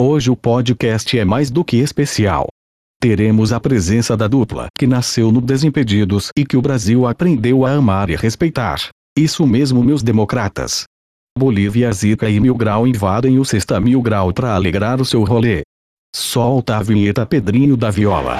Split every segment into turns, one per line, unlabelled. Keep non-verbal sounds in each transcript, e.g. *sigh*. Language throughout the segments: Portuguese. Hoje o podcast é mais do que especial. Teremos a presença da dupla que nasceu no Desimpedidos e que o Brasil aprendeu a amar e respeitar. Isso mesmo, meus democratas. Bolívia Zica e Mil Grau invadem o Sexta Mil Grau para alegrar o seu rolê. Solta a vinheta Pedrinho da Viola.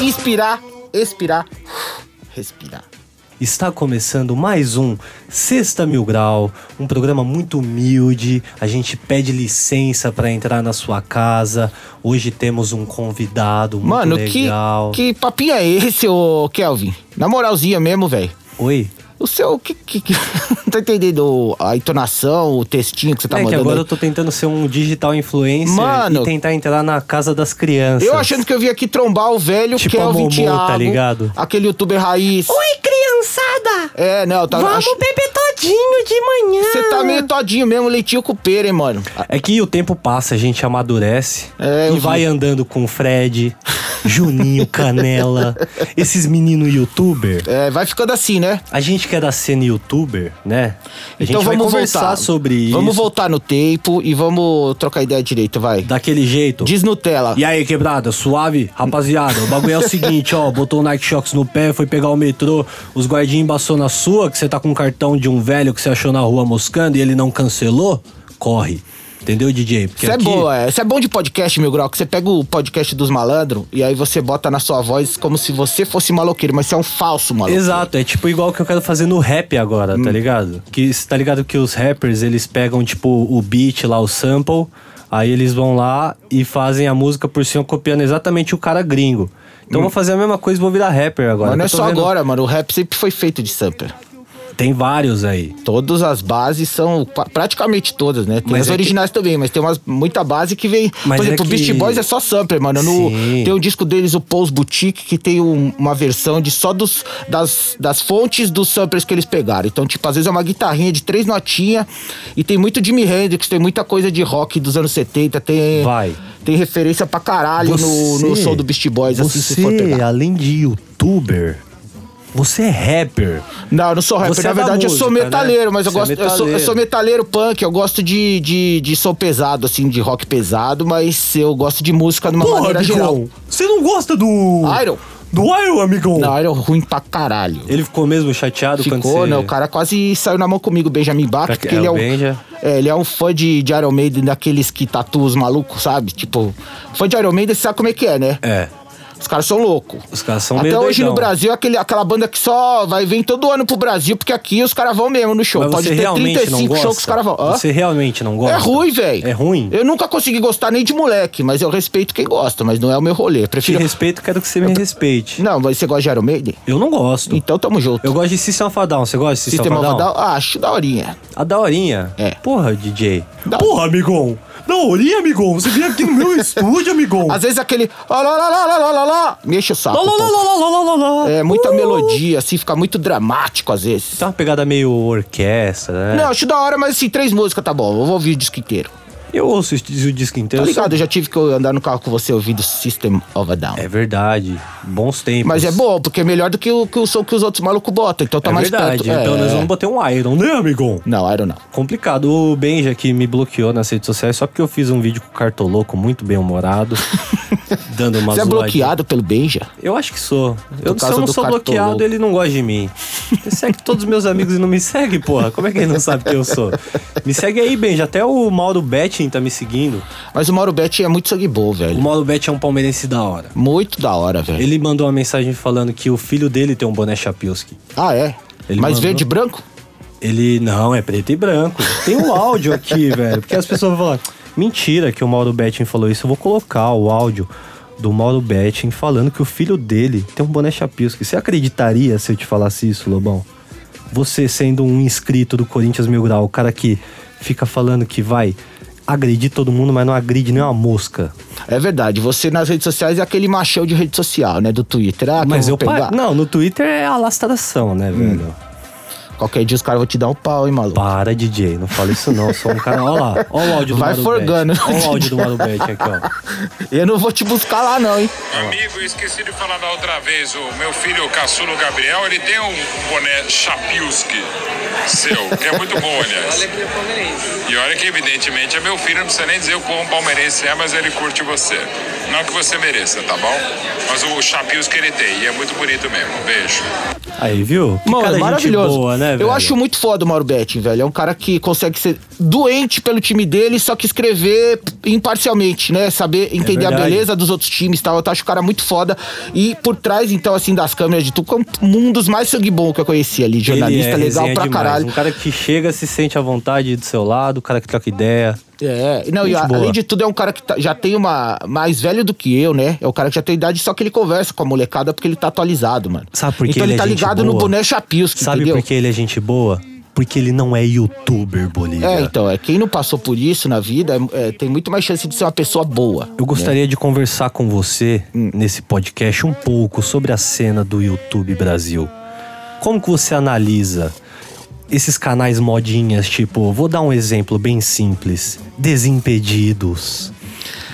Inspirar, expirar, respirar.
Está começando mais um Sexta Mil Grau, um programa muito humilde. A gente pede licença para entrar na sua casa. Hoje temos um convidado muito
Mano, que,
legal.
que papinho é esse, ô Kelvin? Na moralzinha mesmo, velho.
Oi.
O seu. Que, que, *laughs* que- Não tô entendendo a entonação, o textinho que você tá
é que
mandando.
agora
aí.
eu tô tentando ser um digital influencer
Mano.
e tentar entrar na casa das crianças.
Eu achando que eu vim aqui trombar o velho
assim, Tipo a
Kelvin
Momô,
Thiago,
tá ligado?
Aquele youtuber raiz.
Oi, criançada!
É, não, tá. ach-
beber todinho de manhã.
Você tá meio todinho mesmo, leitinho com pera, hein, mano.
É que o tempo passa, a gente amadurece
É, eu
e
vi.
vai andando com o Fred, Juninho,
*laughs*
Canela, esses meninos youtuber.
É, vai ficando assim, né?
A gente quer dar cena youtuber, né? A gente
então
vai
vamos
conversar
voltar.
sobre
Vamos
isso
voltar no tempo e vamos trocar ideia direito, vai.
daquele jeito.
Diz Nutella.
E aí, quebrada, suave? Rapaziada, o bagulho
*laughs*
é o seguinte, ó. Botou o Nike Shox no pé, foi pegar o metrô, os guardinhas embaçou na sua, que você tá com um cartão de um velho que você achou na rua moscando e ele não cancelou, corre. Entendeu, DJ? Porque
Isso é
aqui-
boa, é. Isso é bom de podcast, meu grau, que você pega o podcast dos malandros e aí você bota na sua voz como se você fosse maloqueiro, mas você é um falso maluco.
Exato, é tipo igual que eu quero fazer no rap agora,
Hum.
tá ligado? Que tá ligado que os rappers, eles pegam tipo o beat lá, o sample, aí eles vão lá e fazem a música por cima copiando exatamente o cara gringo. Então eu vou fazer a mesma coisa e vou virar rapper agora.
Hum. Mas não
que
é
eu tô
só
vendo-
agora, mano. O rap sempre foi feito de sampler.
Tem vários aí.
Todas as bases são qua- praticamente todas, né? Tem
Mas
as
é que-
originais também, mas tem umas, muita base que vem.
Mas
Por
é
exemplo, o Beast
que-
Boys é só sampler, mano. No-
Sim.
tem um disco deles, o Pose Boutique, que tem um- uma versão de só dos, das, das fontes dos samplers que eles pegaram. Então, tipo, às vezes é uma guitarrinha de três notinhas e tem muito Jimi Hendrix, tem muita coisa de rock dos anos 70, tem.
Vai.
Tem referência pra caralho no, no som do Beast Boys, assim, se for
Você,
pegar.
além de youtuber, você é rapper.
Não, eu não sou rapper.
Você
Na
é da
verdade, eu sou
música,
metaleiro,
né?
mas eu
Você é
gosto. eu, sou, eu
metaleiro.
sou metaleiro punk, eu gosto de, de, de som pesado, assim, de rock pesado, mas eu gosto de música de uma maneira geral.
você não gosta do...
Iron?
Do Iron, amigão?
Não, era ruim pra caralho.
Ele ficou mesmo chateado quando
Ficou,
você...
né? O cara quase saiu na mão comigo, o Benjamin Bach,
Pra-
porque
é,
ele é
o
um.
Benja.
É, ele é um fã de, de Iron Maiden, daqueles que tatuam os malucos, sabe? Tipo, fã de Iron Maiden, você sabe como é que é, né?
É,
Os caras são loucos.
Os caras são
Até
meio
hoje
doidão.
no Brasil, é aquele, aquela banda que só vai vir todo ano pro Brasil, porque aqui os caras vão mesmo no show.
Mas
Pode
você
ter
realmente não
35
gosta?
shows que os caras vão. Hã?
Você realmente não gosta?
É ruim, velho.
É ruim?
Eu nunca consegui gostar nem de moleque, mas eu respeito quem gosta, mas não é o meu rolê. Eu
Te
prefiro.
respeito, quero que você me respeite.
Não, mas você gosta de Iron Maiden?
Eu não gosto.
Então tamo junto.
Eu gosto de System of a Down. Você gosta de System,
Sistema
of a Down?
Vadal, ah, acho daorinha.
A daorinha.
É.
Porra, DJ.
Da-
Porra, amigão. Daorinha, amigão. Você vem aqui no meu estúdio, amigão.
Às vezes aquele. Lá, lá, lá, lá, lá, lá, lá, mexe o saco.
Lá, lá,
um
lá,
pouco.
lá, lá, lá, lá, lá.
É muita
Uh.
melodia, assim, fica muito dramático às vezes.
Tá uma pegada meio orquestra, né?
Não, acho da hora, mas assim, três músicas tá bom. Eu vou ouvir o disco inteiro.
Eu ouço o dis- o disco inteiro.
Tá ligado? Eu já tive que andar no carro com você ouvindo System of a Down.
É verdade. Bons tempos.
Mas é bom, porque é melhor do que o, que o som que os outros malucos botam. Então tá
É
mais
verdade.
perto.
Pelo
é.
menos eu não botei um Iron, né, amigão?
Não, Iron não.
Complicado. O Benja que me bloqueou nas redes sociais só porque eu fiz um vídeo com o Cartoloco muito bem humorado,
*laughs*
dando uma
Você é
zoadinha.
bloqueado pelo Benja?
Eu acho que sou. Eu, se
causa
eu não
do
sou
Cartoloco.
bloqueado, ele não gosta de mim. Ele segue todos os meus amigos e não me segue, porra. Como é que ele não sabe quem eu sou? Me segue aí, Benja. Até o Mauro Betting tá me seguindo.
Mas o Mauro Betti é muito sangue bom,
O
velho.
Mauro Betting é um palmeirense da hora.
Muito da hora, velho.
Ele mandou uma mensagem falando que o filho dele tem um boné Chapilski.
Ah, é?
Ele
Mas
mandou.
verde e branco?
Ele, não, é preto e branco. Tem um áudio aqui, velho. Porque as pessoas vão falar, mentira que o Mauro Betting falou isso. Eu vou colocar o áudio do Mauro Betting falando que o filho dele tem um boné Chapilski. Você acreditaria se eu te falasse isso, Lobão? Você sendo um inscrito do Corinthians Mil Grau, o cara que fica falando que vai agredir todo mundo, mas não agride nem uma mosca.
É verdade, você nas redes sociais é aquele machão de rede social, né? Do Twitter. Ah, que
Mas
eu
eu.
vou
pa-
pegar.
Não, no Twitter é a lastração, né, velho?
Qualquer dia os caras vão te dar um pau, hein, maluco?
Para, DJ, não fala isso não. Sou um cara. Olha lá, olha o áudio do
Vai
Maru
forgando.
Bet. Olha o áudio do Maru Bet aqui, ó.
Eu não vou te buscar lá, não, hein?
Amigo, eu esqueci de falar da outra vez. O meu filho, o caçulo Gabriel, ele tem um boné Chapilski seu, que é muito bom, aliás. E olha que, evidentemente, é meu filho, não precisa nem dizer o quão palmeirense é, mas ele curte você. Não que você mereça, tá bom? Mas o Chapilski ele tem, e é muito bonito mesmo. Beijo.
Aí, viu? Que
Mano,
cara
é
gente
maravilhoso.
boa, né, velho?
Eu acho um muito foda o Mauro Betting, velho. É um cara que consegue ser doente pelo time dele, só que escrever imparcialmente, né? Saber entender a
verdade.
beleza dos outros times e tal. Eu acho o cara muito foda. E por trás, então, assim, das câmeras de tudo, é um dos mais sangue bom que eu conheci ali.
Ele
Jornalista
é
legal
resenha
pra
demais.
caralho.
Um cara que chega, se sente à vontade do seu lado, o cara que troca ideia.
É, não, e
Gente
a-
boa.
além de tudo, é um cara que tá- já tem uma. mais velho do que eu, né? É o cara que já tem idade, só que ele conversa com a molecada porque ele tá atualizado, mano.
Sabe por que
Então ele,
ele é
tá
gente
ligado no
boa?
boné Chapilski,
Sabe
entendeu?
por que ele é gente boa? Porque ele não é youtuber, Bolívia.
É, então, é quem não passou por isso na vida é, é, tem muito mais chance de ser uma pessoa boa.
Eu gostaria de conversar com você nesse podcast um pouco sobre a cena do YouTube Brasil. Como que você analisa esses canais modinhas, tipo, vou dar um exemplo bem simples, Desimpedidos.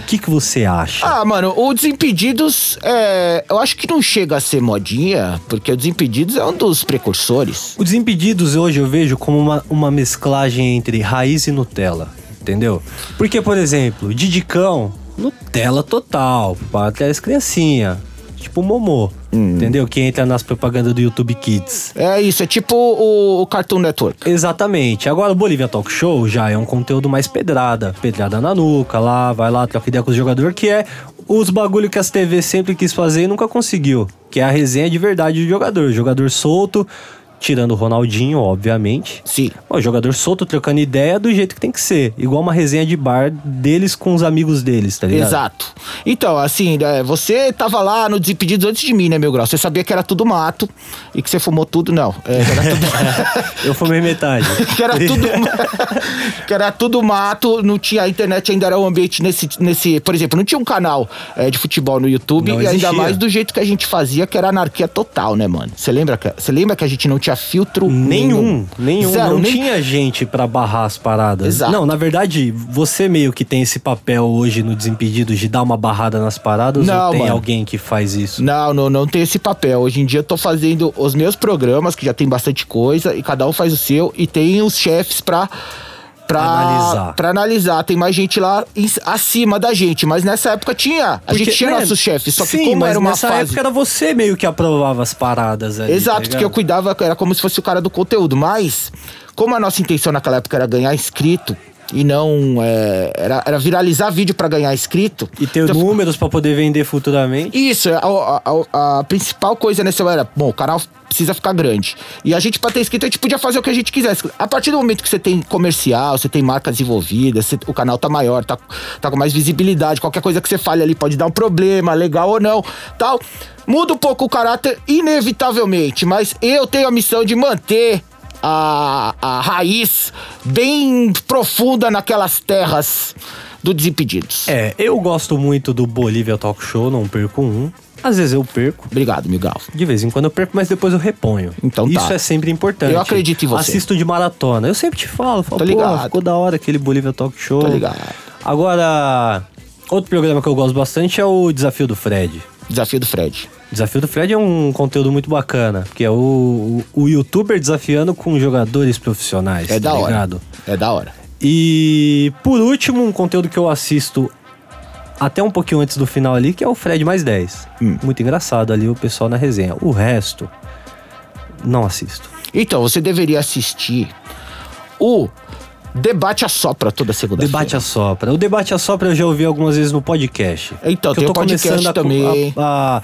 O que que você acha?
Ah, mano, o Desimpedidos, é, eu acho que não chega a ser modinha, porque o Desimpedidos é um dos precursores.
O Desimpedidos hoje eu vejo como uma, uma mesclagem entre raiz e Nutella, entendeu? Porque, por exemplo, Didicão, Nutella total, para até as criancinhas. Tipo Momô, entendeu? Que entra nas propagandas do YouTube Kids.
É isso, é tipo o, o Cartoon Network.
Exatamente. Agora o Bolívia Talk Show já é um conteúdo mais pedrada. Pedrada na nuca, lá, vai lá, troca ideia com os jogadores, que é os bagulho que as TVs sempre quis fazer e nunca conseguiu. Que é a resenha de verdade do jogador. Jogador solto, tirando o Ronaldinho, obviamente.
Sim.
Ó, O jogador solto trocando ideia do jeito que tem que ser. Igual uma resenha de bar deles com os amigos deles, tá ligado?
Exato. Então, assim, né, você tava lá no Desimpedidos antes de mim, né, meu grau? Você sabia que era tudo mato e que você fumou tudo, não. É, que era tudo.
Eu fumei metade.
*laughs* que era tudo que era tudo mato, não tinha a internet, ainda era um ambiente nesse, nesse por exemplo, não tinha um canal eh, de futebol no YouTube
Não
e
existia.
ainda mais do jeito que a gente fazia, que era anarquia total, né, mano? Você lembra que você lembra que a gente não tinha filtro
*laughs* Nenhum, nenhum.
Zero,
não
nem-
tinha gente pra barrar as paradas.
Exato.
Não, na verdade, você meio que tem esse papel hoje no Desimpedidos de dar uma barrada nas paradas ou
Não,
tem
mano.
alguém que faz isso?
Não, não, não tem esse papel. Hoje em dia eu tô fazendo os meus programas, que já tem bastante coisa, e cada um faz o seu, e tem os chefes pra. Pra
Analisar.
Pra analisar. Tem mais gente lá em- acima da gente. Mas nessa época tinha. A gente tinha
né,
nossos chefes. Só que
sim,
como
mas
era uma
nessa
fase.
época era você meio que aprovava as paradas ali.
Exato,
tá
porque eu
ligado?
cuidava, era como se fosse o cara do conteúdo. Mas, como a nossa intenção naquela época era ganhar inscrito e não. é, era, era viralizar vídeo pra ganhar inscrito.
E ter
então-
números pra poder vender futuramente.
Isso, é a, a- a- a principal coisa nessa era, bom, o canal precisa ficar grande. E a gente, pra ter inscrito, a gente podia fazer o que a gente quisesse. A partir do momento que você tem comercial, você tem marcas envolvidas, você- o canal tá maior, tá, tá com mais visibilidade, qualquer coisa que você fale ali pode dar um problema, legal ou não, tal. Muda um pouco o caráter, inevitavelmente, mas eu tenho a missão de manter a, a raiz bem profunda naquelas terras do Desimpedidos.
É, eu gosto muito do Bolívia Talk Show, não perco um. Às vezes eu perco.
Obrigado, Miguel.
De vez em quando eu perco, mas depois eu reponho.
Então tá.
Isso é sempre importante.
Eu acredito em você.
Assisto de maratona. Eu sempre te falo, falo,
Tô
pô,
ligado.
ficou da hora aquele Bolívia Talk Show.
Tô ligado.
Agora, outro programa que eu gosto bastante é o Desafio do Fred.
Desafio do Fred.
Desafio do Fred é um conteúdo muito bacana, porque é o, o, o youtuber desafiando com jogadores profissionais.
É da
tá
hora.
ligado?
É da hora.
E por último, um conteúdo que eu assisto até um pouquinho antes do final ali, que é o Fred mais 10. Muito engraçado ali o pessoal na resenha. O resto, não assisto.
Então, você deveria assistir o Debate a Sopra toda segunda-feira.
Debate a Sopra. O Debate a Sopra eu já ouvi algumas vezes no podcast.
Então,
Que
tem
eu
o podcast
começando a-
também.
A, a-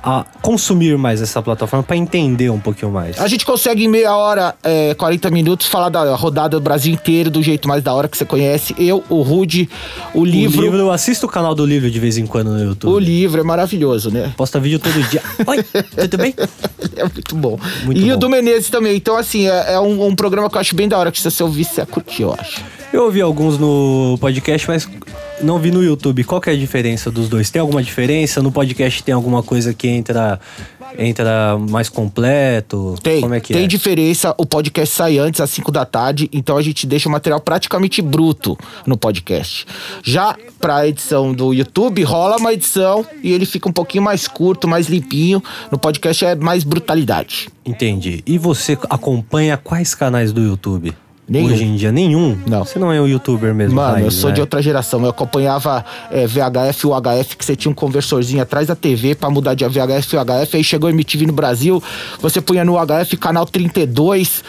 a consumir mais essa plataforma pra entender um pouquinho mais.
A gente consegue em meia hora, é, 40 minutos, falar da rodada do Brasil inteiro, do jeito mais da hora que você conhece. Eu, o Rude, o
O livro, é
livro.
eu assisto o canal do livro de vez em quando no YouTube.
O livro é maravilhoso, né? *laughs*
Posta vídeo todo dia. Oi, tudo bem?
É muito bom.
Muito
e o
bom.
do Menezes também. Então, assim, é, é um, um programa que eu acho bem da hora, que se você ouvir, você ia curtir, eu acho.
Eu ouvi alguns no podcast, mas não vi no YouTube. Qual que é a diferença dos dois? Tem alguma diferença? No podcast tem alguma coisa que entra entra mais completo?
Tem,
Como é que
tem
é?
diferença. O podcast sai antes, às 5 da tarde, então a gente deixa o material praticamente bruto no podcast. Já pra edição do YouTube, rola uma edição e ele fica um pouquinho mais curto, mais limpinho. No podcast é mais brutalidade.
Entendi. E você acompanha quais canais do YouTube?
Nenhum.
Hoje em dia, nenhum?
Não.
Você não é um youtuber mesmo,
Mano, eu
raiz,
sou
né?
de outra geração. Eu acompanhava é, VHF, UHF, que você tinha um conversorzinho atrás da TV pra mudar de VHF, UHF. Aí chegou a MTV no Brasil, você punha no UHF canal 32.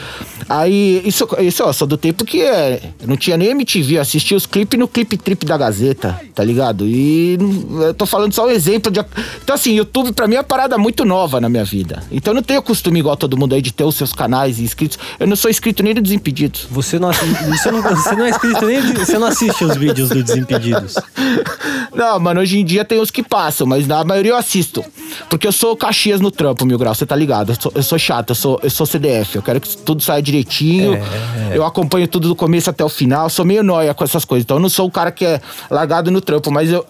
Aí, isso, isso ó, só do tempo que é, não tinha nem MTV. Eu assistia os clipes no Clip Trip da Gazeta, tá ligado? E não- eu tô falando só um exemplo de. Então, assim, YouTube pra mim é uma parada muito nova na minha vida. Então, eu não tenho costume igual todo mundo aí de ter os seus canais e inscritos. Eu não sou inscrito nem no Desimpedidos.
Você não, assi- *laughs* você não, você não é inscrito nem. Você não assiste os vídeos do Desimpedidos.
*laughs* Não, mano, hoje em dia tem uns que passam, mas na maioria eu assisto. Porque eu sou Caxias no trampo, mil grau, você tá ligado? Eu sou, eu sou chato, eu sou, eu sou CDF, eu quero que tudo saia direitinho. Eu acompanho tudo do começo até o final, eu sou meio nóia com essas coisas. Então eu não sou o cara que é largado no trampo, mas eu.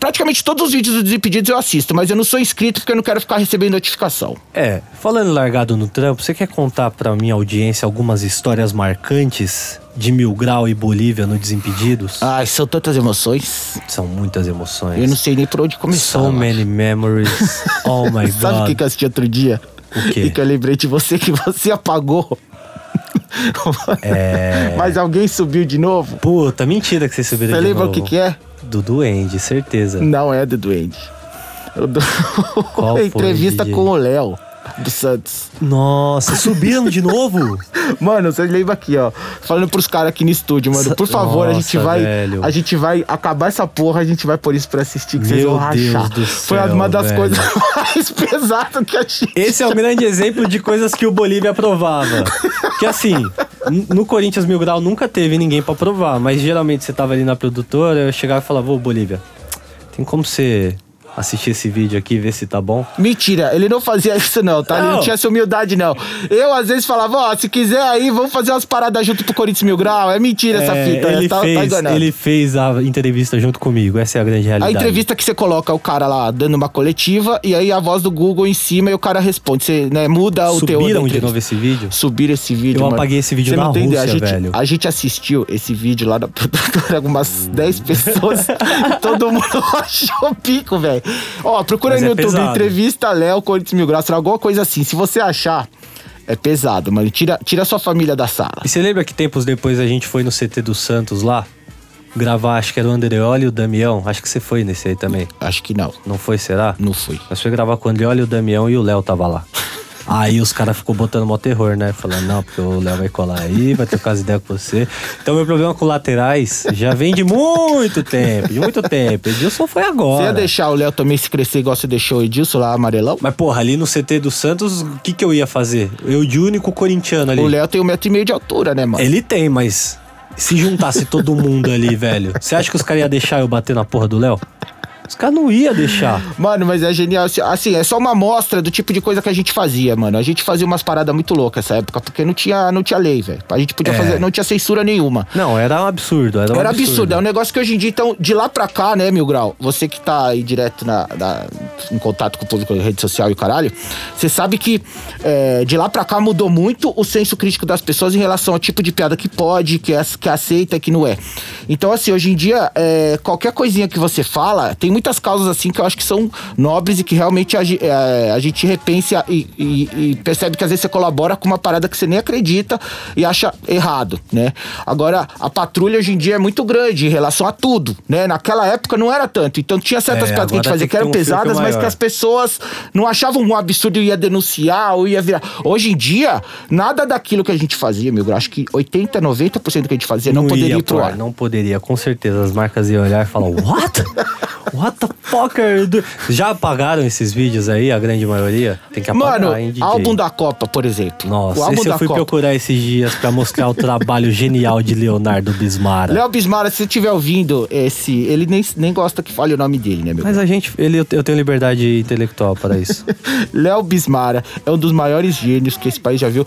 Praticamente todos os vídeos do Desimpedidos eu assisto, mas eu não sou inscrito porque eu não quero ficar recebendo notificação.
É, falando em largado no trampo, você quer contar pra minha audiência algumas histórias marcantes de Mil Grau e Bolívia no Desimpedidos?
Ai, são tantas emoções.
São muitas emoções.
Ah. Eu não sei nem por onde começar.
So
eu acho. *laughs*
many memories. Oh my
Sabe o que,
god.
que eu assisti outro dia?
O quê?
E que eu lembrei de você que você apagou.
*laughs* É.
Mas alguém subiu de novo?
Puta, mentira que vocês subiram
Você
de
lembra é? o
novo.
que, que é?
Do Duende, certeza.
Não é do Duende. Eu dou *laughs*
Qual foi,
entrevista
DJ?
com o Léo do Santos.
Nossa, subiram
*laughs*
de novo?
Mano, você lembra aqui, ó. Falando pros caras aqui no estúdio, mano.
Sa-
Por favor, a gente
Nossa,
vai.
velho.
A gente vai acabar essa porra, a gente vai por isso pra assistir, que vocês
Meu
vão rachar.
Deus do
Foi
céu,
uma das
velho.
coisas *laughs* mais pesadas que a gente.
Esse é um grande exemplo de coisas que o Bolívia aprovava. Que assim, n- no Corinthians Mil Grau nunca teve ninguém pra provar, mas geralmente você tava ali na produtora, eu chegava e falava, ô Bolívia, tem como você assistir esse vídeo aqui e ver se tá bom?
Mentira, ele não fazia isso, não, tá? Ele não
Não.
tinha essa humildade, não. Eu, às vezes, falava, ó, se quiser aí, vamos fazer umas paradas junto pro Corinthians Mil Grau. É mentira essa
É,
fita,
ele,
tá, tá
fez,
enganado.
ele fez a entrevista junto comigo, essa é a grande
A
realidade.
entrevista que você coloca o cara lá dando uma coletiva e aí a voz do Google em cima e o cara responde. Você né, muda o teor da
Subiram de
entrevista.
novo esse vídeo?
Subir esse vídeo.
Eu
mano.
apaguei esse vídeo
Você
na
não tem ideia,
Rússia,
a gente,
velho.
A gente assistiu esse vídeo lá na *laughs* produtora, algumas 10
*laughs*
pessoas. todo mundo *laughs* achou o pico, velho. Ó, procura aí
Mas
no
é
YouTube,
pesado.
entrevista Léo Corinthians Mil Graus, alguma coisa assim. Se você achar, é pesado, mano. Tira, tira a sua família da sala.
E você lembra que tempos depois a gente foi no CT do Santos lá? Gravar, acho que era o Andreoli e o Damião. Acho que você foi nesse aí também.
Acho que não.
Não foi, será?
Não fui.
Nós foi gravar com o Andreoli, o Damião e o Léo tava lá. Aí os caras ficou botando mó terror, né? Falando, não, porque o Léo vai colar aí, vai trocar as ideias com você. Então meu problema com laterais já vem de muito tempo, de muito tempo. Edilson foi
Você ia
agora.
deixar o Léo também se crescer igual você deixou o Edilson lá, amarelão?
Mas porra, ali no CT do Santos, o que que eu ia fazer? Eu de único corintiano ali.
O Léo tem um metro e meio de altura, né, mano?
Ele tem, mas se juntasse todo mundo ali, *laughs* velho, você acha que os caras iam deixar eu bater na porra do Léo? Os caras não iam deixar.
Mano, mas é genial. Assim, é só uma amostra do tipo de coisa que a gente fazia, mano. A gente fazia umas paradas muito loucas essa época, porque não tinha, não tinha lei, velho. A gente podia
É.
fazer, não tinha censura nenhuma.
Não, era um absurdo. Era um
Era
absurdo.
absurdo, é um negócio que hoje em dia, então, de lá pra cá, né, Mil Grau? Você que tá aí direto na, na- em contato com o público, rede social e o caralho, você sabe que é, de lá pra cá mudou muito o senso crítico das pessoas em relação ao tipo de piada que pode, que, é, que aceita e que não é. Então, assim, hoje em dia, é, qualquer coisinha que você fala, tem muitas causas, assim, que eu acho que são nobres e que realmente a, ge- é, a gente repensa e, e- e percebe que às vezes você colabora com uma parada que você nem acredita e acha errado, né? Agora, a patrulha hoje em dia é muito grande em relação a tudo, né? Naquela época não era tanto. Então tinha certas
É,
piadas que a gente
agora
fazia
tem que
que eram
ter um filtro
pesadas, mas que
maior.
as pessoas não achavam um absurdo e ia denunciar ou ia virar. Hoje em dia, nada daquilo que a gente fazia, meu, eu acho que 80, 90% do que a gente fazia não, poderia
ia
ir pro
pro
ar.
Não poderia, com certeza. As marcas iam olhar e falar, what? what the fucker? do-" Já apagaram esses vídeos aí, a grande maioria? Tem que apagar,
Mano,
hein, DJ?
álbum da Copa, por exemplo.
Nossa,
o álbum
esse eu
da
fui
Copa.
procurar esses dias pra mostrar o trabalho genial de Leonardo Bismarck.
Léo Bismara, se você estiver ouvindo esse, ele nem, nem gosta que fale o nome dele, né, meu?
Mas a gente, ele, eu tenho liberdade intelectual para isso.
Léo Bismara é um dos maiores gênios que esse país já viu,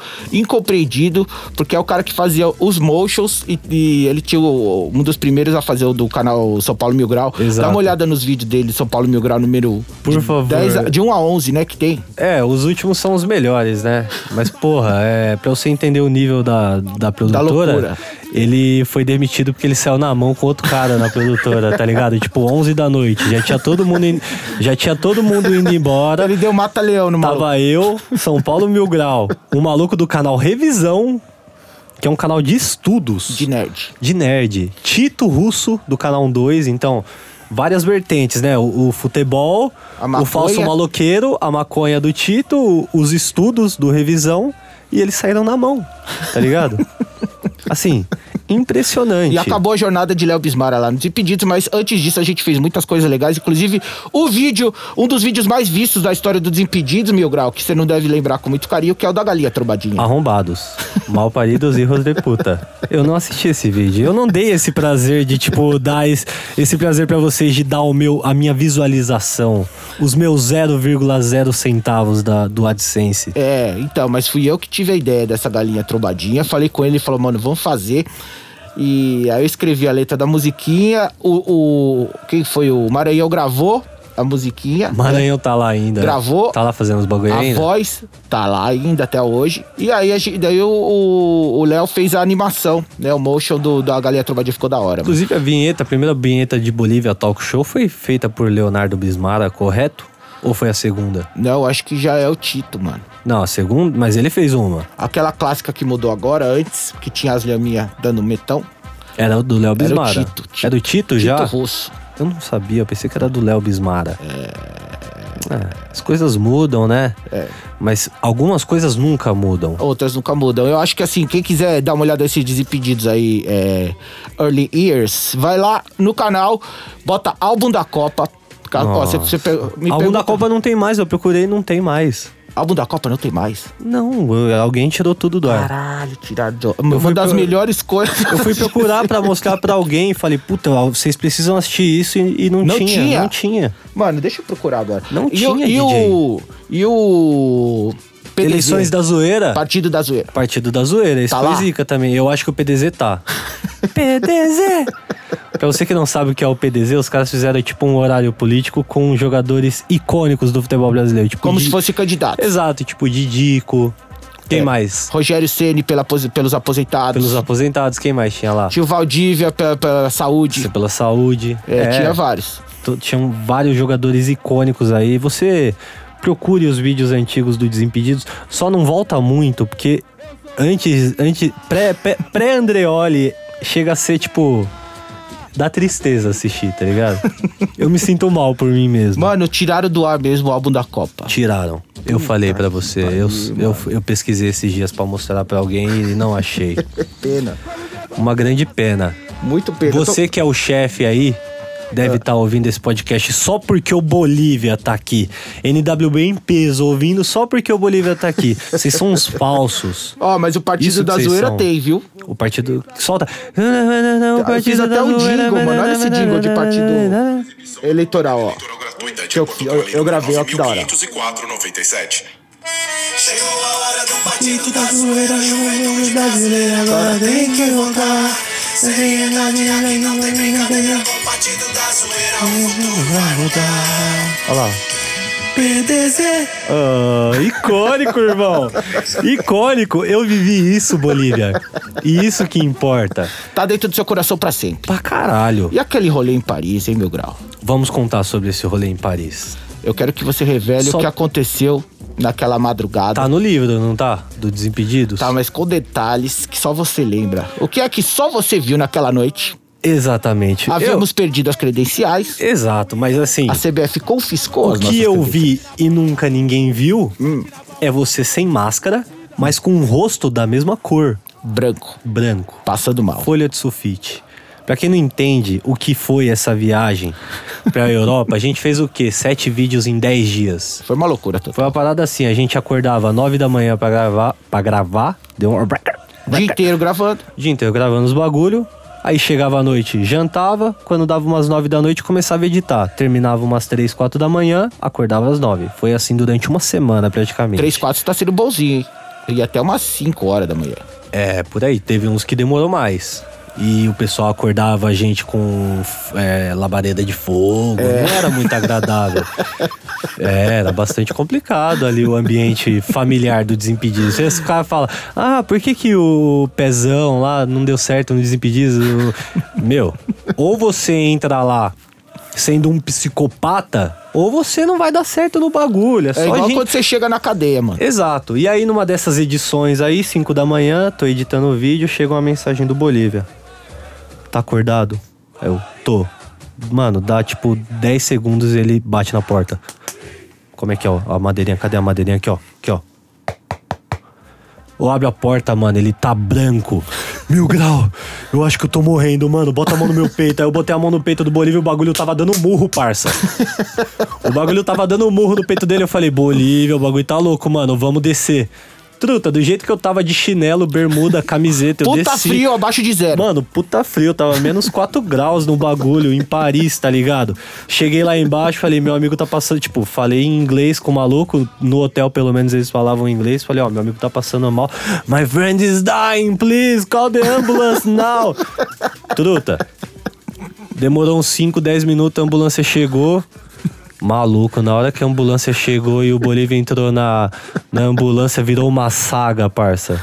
incompreendido, porque é o cara que fazia os motions e, e ele tinha o- um dos primeiros a fazer o do canal São Paulo Mil Grau.
Exato.
Dá uma olhada nos vídeos dele, São Paulo Mil Grau número
Por
de,
favor.
10 a- de 1 a 11, né, que tem.
É, os últimos são os melhores, né? Mas, porra, é, pra você entender o nível da, da produtora,
loucura.
ele foi demitido porque ele saiu na mão com outro cara na produtora, tá ligado? Tipo, 11 da noite. Já tinha todo mundo, in- já tinha todo mundo indo embora.
Ele deu mata-leão no maluco.
Tava eu, São Paulo Mil Grau, o maluco do canal Revisão, que é um canal de estudos
de nerd.
de nerd. Tito Russo, do canal 2, então. Várias vertentes, né? O, o futebol,
A
o
maconha.
falso maloqueiro, a maconha do Tito, o- os estudos do Revisão, e eles saíram na mão, tá
*laughs*
ligado? assim, impressionante.
E acabou a jornada de Léo Bismara lá nos Impedidos, mas antes disso a gente fez muitas coisas legais, inclusive o vídeo, um dos vídeos mais vistos da história do Desimpedidos, Mil Grau, que você não deve lembrar com muito carinho, que é o da Galinha Trombadinha.
Ah. Arrombados, mal paridos, erros de puta. Eu não assisti esse vídeo. Eu não dei esse prazer de, tipo, dar esse, esse prazer pra vocês de dar o meu, a minha visualização. Os meus 0,0 centavos da, do AdSense.
É, então, mas fui eu que tive a ideia dessa galinha trombadinha. Falei com ele, ele falou, mano, vamos fazer. E aí eu escrevi a letra da musiquinha. O, o- quem foi? O Maranhão gravou a musiquinha.
Maranhão tá lá ainda.
Gravou.
Tá lá fazendo os bagulho
A
ainda?
voz tá lá ainda até hoje. E aí a gente- daí o- o o Léo fez a animação, né? O motion do, da galinha trombadinha ficou da hora. mano.
Inclusive a vinheta, a primeira vinheta de Bolívia Talk Show foi feita por Leonardo Bismara, correto? Ou foi a segunda?
Não, acho que já é o Tito, mano.
Não, a segunda, mas ele fez uma.
Aquela clássica que mudou agora, antes, que tinha as lhaminhas dando metão.
Era do
Era
Léo
o
Bismara.
Tito, Tito.
Era do Tito,
Tito
já?
Russo.
Eu não sabia, eu pensei que era do Léo Bismara. É, as coisas mudam, né?
É.
Mas algumas coisas nunca mudam.
Outras nunca mudam. Eu acho que assim, quem quiser dar uma olhada nesses desimpedidos aí, é, Early Years, vai lá no canal, bota álbum da Copa. Ca- ó,
Nossa.
você- você pe- me
Algum da
pergunta-
Copa não tem mais, eu procurei e não tem mais.
Álbum da Copa não tem mais.
Não, eu- alguém tirou tudo do ar.
Caralho, tirado. Uma
fui
das
pro-
melhores coisas.
Eu fui procurar pra mostrar pra alguém e falei, puta, vocês precisam assistir isso e, e não,
Não
tinha,
tinha.
não tinha.
Mano, deixa eu procurar agora.
Não
e o,
tinha,
e
DJ.
o E o. PDZ,
Eleições da zoeira?
Partido da Zoeira.
Partido da zoeira, é isso
Tá
foi
lá?
zica também. Eu acho que o PDZ
*laughs*
tá. PDZ! Pra você que não sabe o que é o PDZ, os caras fizeram tipo um horário político com jogadores icônicos do futebol brasileiro. Tipo,
Como
Di-
se fosse candidato.
Exato, tipo Didico. Quem
É.
mais?
Rogério Ceni pela, apos- pelos aposentados.
Pelos aposentados, quem mais tinha lá?
Tio Valdívia pela, pela saúde.
Pela saúde.
É, Tinha vários.
T- tinham vários jogadores icônicos aí. Você procure os vídeos antigos do Desimpedidos, só não volta muito, porque antes, antes pré, pré, pré-Andreoli chega a ser tipo. Dá tristeza assistir, tá ligado? Eu me sinto mal por mim mesmo.
Mano, tiraram do ar mesmo o álbum da Copa.
Tiraram. Eu falei pra você, eu, eu, eu pesquisei esses dias pra mostrar pra alguém e não achei.
Pena.
Uma grande pena.
Muito pena.
Você
Eu Ah.
que é o chefe aí, deve estar ouvindo esse podcast só porque o Bolívia tá aqui. NWB em peso, ouvindo só porque o Bolívia tá aqui. Vocês são uns falsos.
tô- Ó, mas o Partido
Isso que
da
vocês
Zoeira
são.
tem, viu?
O partido. Solta. tá Eu
Eu fiz até um jingle, mano. Olha esse jingle de partido eleitoral, ó.
gratuita
Que eu- eu- eu gravei, ó, que da hora.
504,97.
Chegou a hora do partido da zoeira, juventude brasileira agora tem que votar. Sem realidade, além não tem brincadeira. Com o partido da zoeira, o futuro vai mudar.
Olha lá.
PDZ.
Ah, icônico, irmão. Icônico. Eu vivi isso, Bolívia. E isso que importa.
Tá dentro do seu coração pra sempre.
Pra caralho.
E aquele rolê em Paris, hein, meu grau?
Vamos contar sobre esse rolê em Paris.
Eu quero que você revele
Só-
o que aconteceu naquela madrugada.
Tá no livro, não tá? Do Desimpedidos?
Tá, mas com detalhes que só você lembra. O que é que só você viu naquela noite?
Exatamente. Eu-
Havíamos perdido as credenciais,
Exato, mas assim,
a CBF confiscou
o
as
que
nossas
eu
credenciais.
vi e nunca ninguém viu é você sem máscara, mas com um rosto da mesma cor,
Branco,
branco,
passando mal.
folha de sulfite. Pra quem não entende o que foi essa viagem pra Europa, a gente fez o quê? Sete vídeos em dez dias.
Foi uma loucura. Tudo.
Foi uma parada assim, a gente acordava nove da manhã pra gravar, pra gravar, deu um...
Dia inteiro gravando.
dia inteiro gravando os bagulho. Aí chegava à noite, jantava. Quando dava umas 9 da noite, começava a editar. Terminava umas 3, 4 da manhã, acordava às 9. Foi assim durante uma semana, praticamente.
3, 4 tá sendo bonzinho, hein? E até umas 5 horas da manhã.
É, por aí. Teve uns que demorou mais. E o pessoal acordava a gente com é, labareda de fogo.
É.
Não era
*laughs*
muito agradável. É, era bastante complicado ali o ambiente familiar do Desimpedidos. Esse cara fala, ah, por que que o pezão lá não deu certo no Desimpedidos? Meu, ou você entra lá sendo um psicopata, ou você não vai dar certo no bagulho. É, só
É igual
gente...
quando você chega na cadeia, mano.
Exato. E aí, numa dessas edições aí, 5 da manhã, tô editando o vídeo, chega uma mensagem do Bolívia. Tá acordado? Eu tô. Mano, dá tipo 10 segundos e ele bate na porta. Como é que é, ó? A madeirinha, cadê a madeirinha? Aqui, ó. Aqui, ó. Eu abro a porta, mano, ele tá branco. Mil grau, eu acho que eu tô morrendo, mano. Bota a mão no meu peito. Aí eu botei a mão no peito do Bolívia e o bagulho tava dando um murro, parça. O bagulho tava dando um murro no peito dele. Eu falei, Bolívia, o bagulho tá louco, mano. Vamos descer. Truta, do jeito que eu tava de chinelo, bermuda, camiseta, eu
Puta
desci.
frio abaixo de zero.
Mano, puta frio, tava menos 4 *laughs* graus no bagulho, em Paris, tá ligado? Cheguei lá embaixo, falei, meu amigo tá passando, tipo, falei em inglês com o maluco, no hotel pelo menos eles falavam inglês, falei, ó, meu amigo tá passando mal, my friend is dying, please, call the ambulance now. Truta, demorou uns 5, 10 minutos, a ambulância chegou, Maluco, na hora que a ambulância chegou e o Bolívia entrou na, na ambulância, virou uma saga, parça.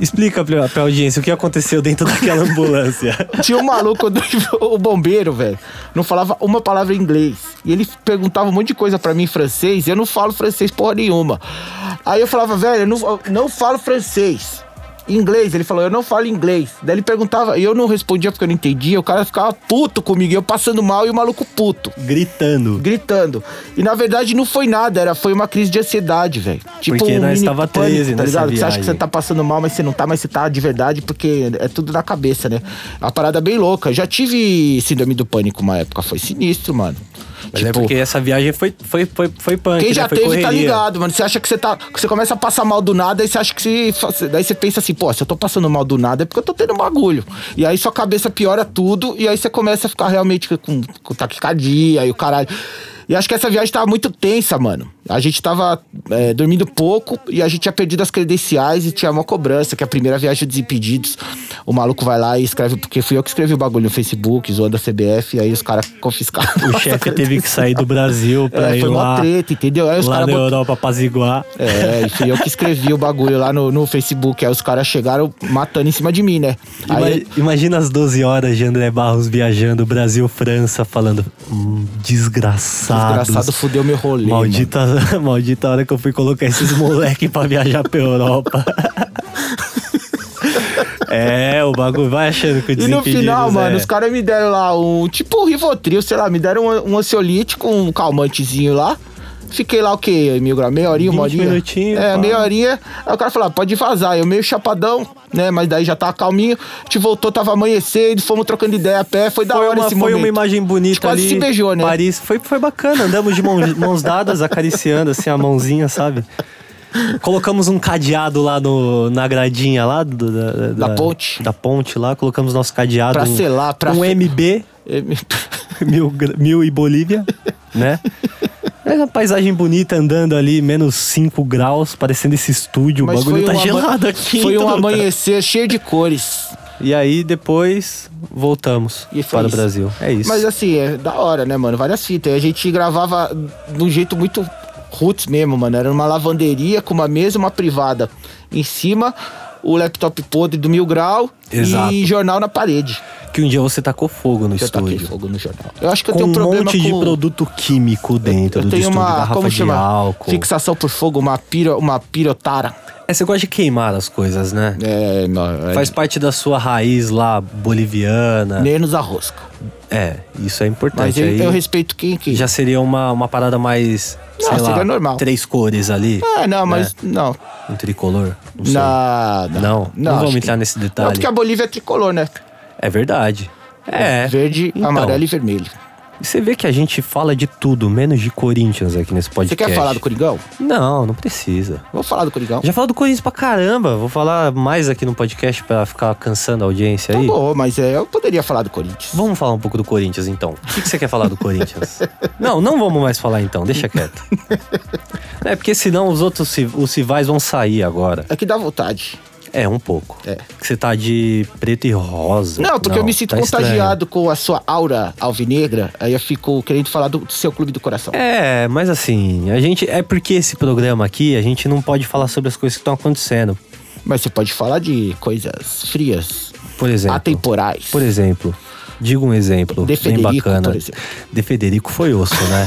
Explica pra, pra audiência o que aconteceu dentro daquela ambulância.
Tinha um maluco, do- o bombeiro, velho, não falava uma palavra em inglês. E ele perguntava um monte de coisa pra mim em francês, e eu não falo francês porra nenhuma. Aí eu falava, velho, eu não, eu não falo francês. Inglês, ele falou, eu não falo inglês. Daí ele perguntava, e eu não respondia porque eu não entendia, o cara ficava puto comigo, e eu passando mal e o maluco puto.
Gritando.
gritando. E na verdade não foi nada, era foi uma crise de ansiedade, velho. Tipo
Porque
um
nós
mini
tava
pânico,
13
tá
nessa
ligado? Que Você acha que você
viagem.
tá passando mal, mas você não tá, mas você tá de verdade, porque é tudo na cabeça, né? A parada é bem louca. Eu Já tive síndrome do pânico uma época, foi sinistro, mano. Tipo,
Mas é porque essa viagem foi, foi, foi, foi punk,
Quem
né?
já
foi
teve
correria.
tá ligado, mano. Você acha que você tá. que Você começa a passar mal do nada, aí você acha que se. fa- Daí você pensa assim, pô, se eu tô passando mal do nada é porque eu tô tendo um bagulho. E aí sua cabeça piora tudo, e aí você começa a ficar realmente com, com taquicardia e o caralho. E acho que essa viagem tava muito tensa, mano. A gente tava é, dormindo pouco e a gente tinha perdido as credenciais e tinha uma cobrança, que é a primeira viagem dos impedidos. O maluco vai lá e escreve, porque fui eu que escrevi o bagulho no Facebook, zoando a CBF, e aí os caras confiscaram.
O chefe teve que sair do Brasil
*laughs*
pra
É,
ir
foi mó
lá,
treta, entendeu? Aí os
lá
cara
na
botou-
Europa apaziguar.
É, e fui eu que escrevi o bagulho lá no, no Facebook. Aí os caras chegaram matando em cima de mim, né?
Ima-
Aí,
Imagina as 12 horas de André Barros viajando Brasil-França, falando hum, desgraçados.
desgraçado, fudeu meu rolê. mano.
Maldita, *laughs* maldita hora que eu fui colocar esses moleque pra viajar pra Europa. *laughs* é, o bagulho vai achando que o
E no
Desimpedidos
final, mano,
é.
os caras me deram lá um. Tipo um Rivotril, sei lá, me deram um, um ansiolítico, um calmantezinho lá. Fiquei lá o quê? Meio gra- meia horinha, uma
20
horinha?
minutinhos,
É,
pá.
meia horinha. Aí o cara falou, ah, pode vazar. Eu meio chapadão, né? Mas daí já tava calminho. A gente voltou, tava amanhecendo, fomos trocando ideia a pé. Foi da
Foi,
hora
uma,
esse
foi
momento.
uma imagem
A gente
bonita
quase
ali.
se beijou, né?
Paris, foi, foi bacana. Andamos de mão- mãos dadas, acariciando assim a mãozinha, sabe? Colocamos um cadeado lá no, na gradinha lá do- da,
Da ponte.
Da ponte lá, colocamos nosso cadeado.
Pra selar, pra
Um
fe-
MB,
É, *laughs*
*laughs* mil, gra- mil e Bolívia, né? É uma paisagem bonita andando ali, menos 5 graus, parecendo esse estúdio. o bagulho tá
um ama-
gelado aqui.
Foi um
truta.
amanhecer cheio de cores.
E aí depois voltamos
E foi
para
isso.
o Brasil. É isso.
Mas assim, é da hora, né, mano? Várias fitas. E A gente gravava de um jeito muito roots mesmo, mano. Era uma lavanderia com uma mesa e uma privada. Em cima, o laptop podre do Mil Grau
Exato.
e jornal na parede.
que um dia você tacou fogo no
Eu taquei
estúdio.
fogo no jornal. Eu acho que eu
com
tenho um
um
problema
monte de
com...
produto químico dentro
Eu
do
tenho
estúdio,
uma,
garrafa
como
de
chama?
álcool.
Fixação por fogo, uma, piro, uma pirotara.
É, você gosta de queimar as coisas, né?
É, não, é-
Faz parte da sua raiz lá boliviana.
menos a rosca.
É, isso é importante.
Mas eu,
Aí
eu respeito quem que...
já seria uma, uma parada mais,
Não,
sei lá,
seria normal.
três cores ali, né?
É, não, mas... Não,
um tricolor, não sei.
Nada.
Não, não
acho
vamos
que-
entrar nesse detalhe.
Não, porque a Bolívia é tricolor, né?
É verdade. É.
Verde,
Então.
amarelo e vermelho.
Você vê que a gente fala de tudo, menos de Corinthians aqui nesse
Você
podcast.
quer falar do Coringão?
Não, não precisa.
Vou falar do Coringão.
Já falou do Corinthians pra caramba. Vou falar mais aqui no podcast pra ficar cansando a audiência
Tá
aí.
bom, mas é, eu poderia falar do Corinthians.
Vamos falar um pouco do Corinthians, então. O que, que você quer falar do
*laughs*
Corinthians? não, não vamos mais falar, então. Deixa quieto. É, porque senão os outros ci- os rivais vão sair agora.
É que dá vontade.
É, um pouco.
É.
Que você tá de preto e rosa.
Não, porque eu me sinto
tá estranho.
contagiado com a sua aura alvinegra, aí eu fico querendo falar do do seu clube do coração.
É, mas assim, a gente. É porque esse programa aqui, a gente não pode falar sobre as coisas que estão acontecendo.
Mas você pode falar de coisas frias,
Por exemplo.
atemporais.
Por exemplo. Diga um exemplo
De
bem
Federico,
bacana.
por exemplo.
De Federico foi osso, né?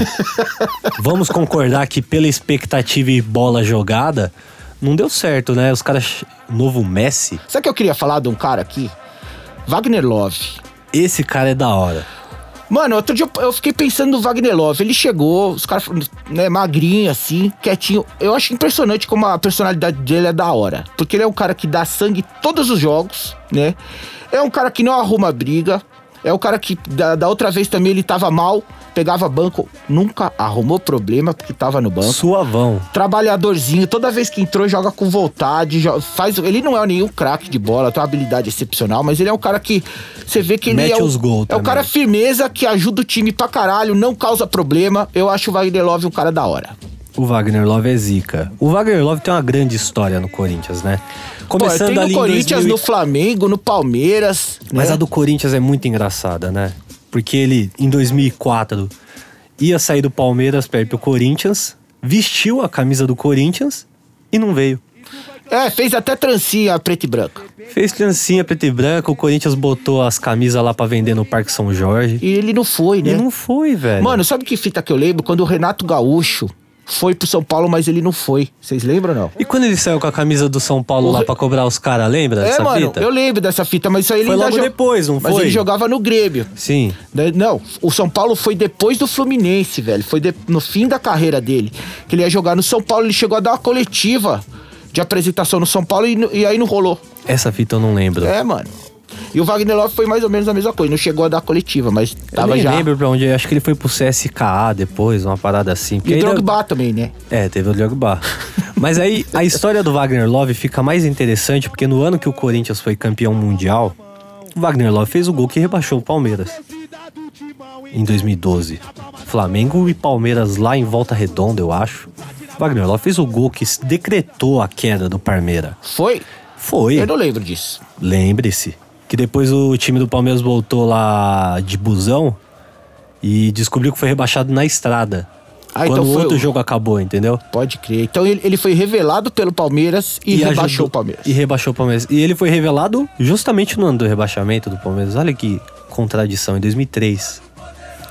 *laughs*
Vamos concordar que pela expectativa e bola jogada, não deu certo, né? Os caras. Novo Messi,
Sabe o que eu queria falar de um cara aqui? Wagner Love.
esse cara é da hora.
Mano, outro dia eu- eu fiquei pensando no Wagner Love. Ele chegou, os caras, né, magrinho assim, quietinho. Eu acho impressionante como a personalidade dele é da hora. Porque ele é um cara que dá sangue em todos os jogos, né? É um cara que não arruma briga. É um cara que da, da outra vez também ele tava mal, pegava banco, nunca arrumou problema porque tava no banco.
Suavão.
Trabalhadorzinho, toda vez que entrou, joga com vontade. jo- faz, ele não é nenhum craque de bola, tem uma habilidade excepcional, mas ele é um cara que. Você vê que ele
Mete
é.
os
o,
gols
é o
também.
cara firmeza que ajuda o time pra caralho, não causa problema. Eu acho o Wagner Love um cara da hora.
O Wagner Love é zica. O Wagner Love tem uma grande história no Corinthians, né?
Pô,
Começando
tem
ali
no
em
Corinthians,
2000
no Flamengo, no Palmeiras.
Mas
né?
a do Corinthians é muito engraçada, né? Porque ele, em 2004, ia sair do Palmeiras para ir pro Corinthians, vestiu a camisa do Corinthians e não veio.
É, fez até trancinha preta e branca.
Fez trancinha preto e branco, o Corinthians botou as camisas lá para vender no Parque São Jorge.
E ele não foi,
E
né?
não foi, velho.
Mano, sabe que fita que eu lembro? Quando o Renato Gaúcho foi pro São Paulo, mas ele não foi. Vocês lembram ou não?
E quando ele saiu com a camisa do São Paulo lá para cobrar os caras, lembra
É,
dessa
mano,
fita?
eu lembro dessa fita, mas isso aí ele
Foi
ainda
logo
jo-
depois, não
mas
foi?
ele jogava no Grêmio.
Sim.
né? Não, o São Paulo foi depois do Fluminense, velho. Foi de- no fim da carreira dele. Que ele ia jogar no São Paulo, ele chegou a dar uma coletiva de apresentação no São Paulo e, no- e aí não rolou.
Essa fita eu não lembro.
É, mano. E o Wagner Love foi mais ou menos a mesma coisa. Não chegou a dar coletiva, mas
eu
tava
nem
já.
lembro pra onde. Acho que ele foi pro CSKA depois, uma parada assim. Porque
E o
ainda-
Drogba também, né?
É, teve o
*laughs*
Drogba. Mas aí a história do Wagner Love fica mais interessante porque no ano que o Corinthians foi campeão mundial, o Wagner Love fez o gol que rebaixou o Palmeiras. Em 2012. Flamengo e Palmeiras lá em Volta Redonda, eu acho. Wagner Love fez o gol que decretou a queda do Palmeiras.
Foi?
Foi.
Eu não lembro disso.
Lembre-se que depois o time do Palmeiras voltou lá de busão e descobriu que foi rebaixado na estrada.
Ah,
quando
então
o
foi
outro
o-
jogo acabou, entendeu?
Pode crer. Então ele, ele foi revelado pelo Palmeiras e, rebaixou
ajudou-
o Palmeiras.
E rebaixou o Palmeiras. E ele foi revelado justamente no ano do rebaixamento do Palmeiras. Olha que contradição, em 2003.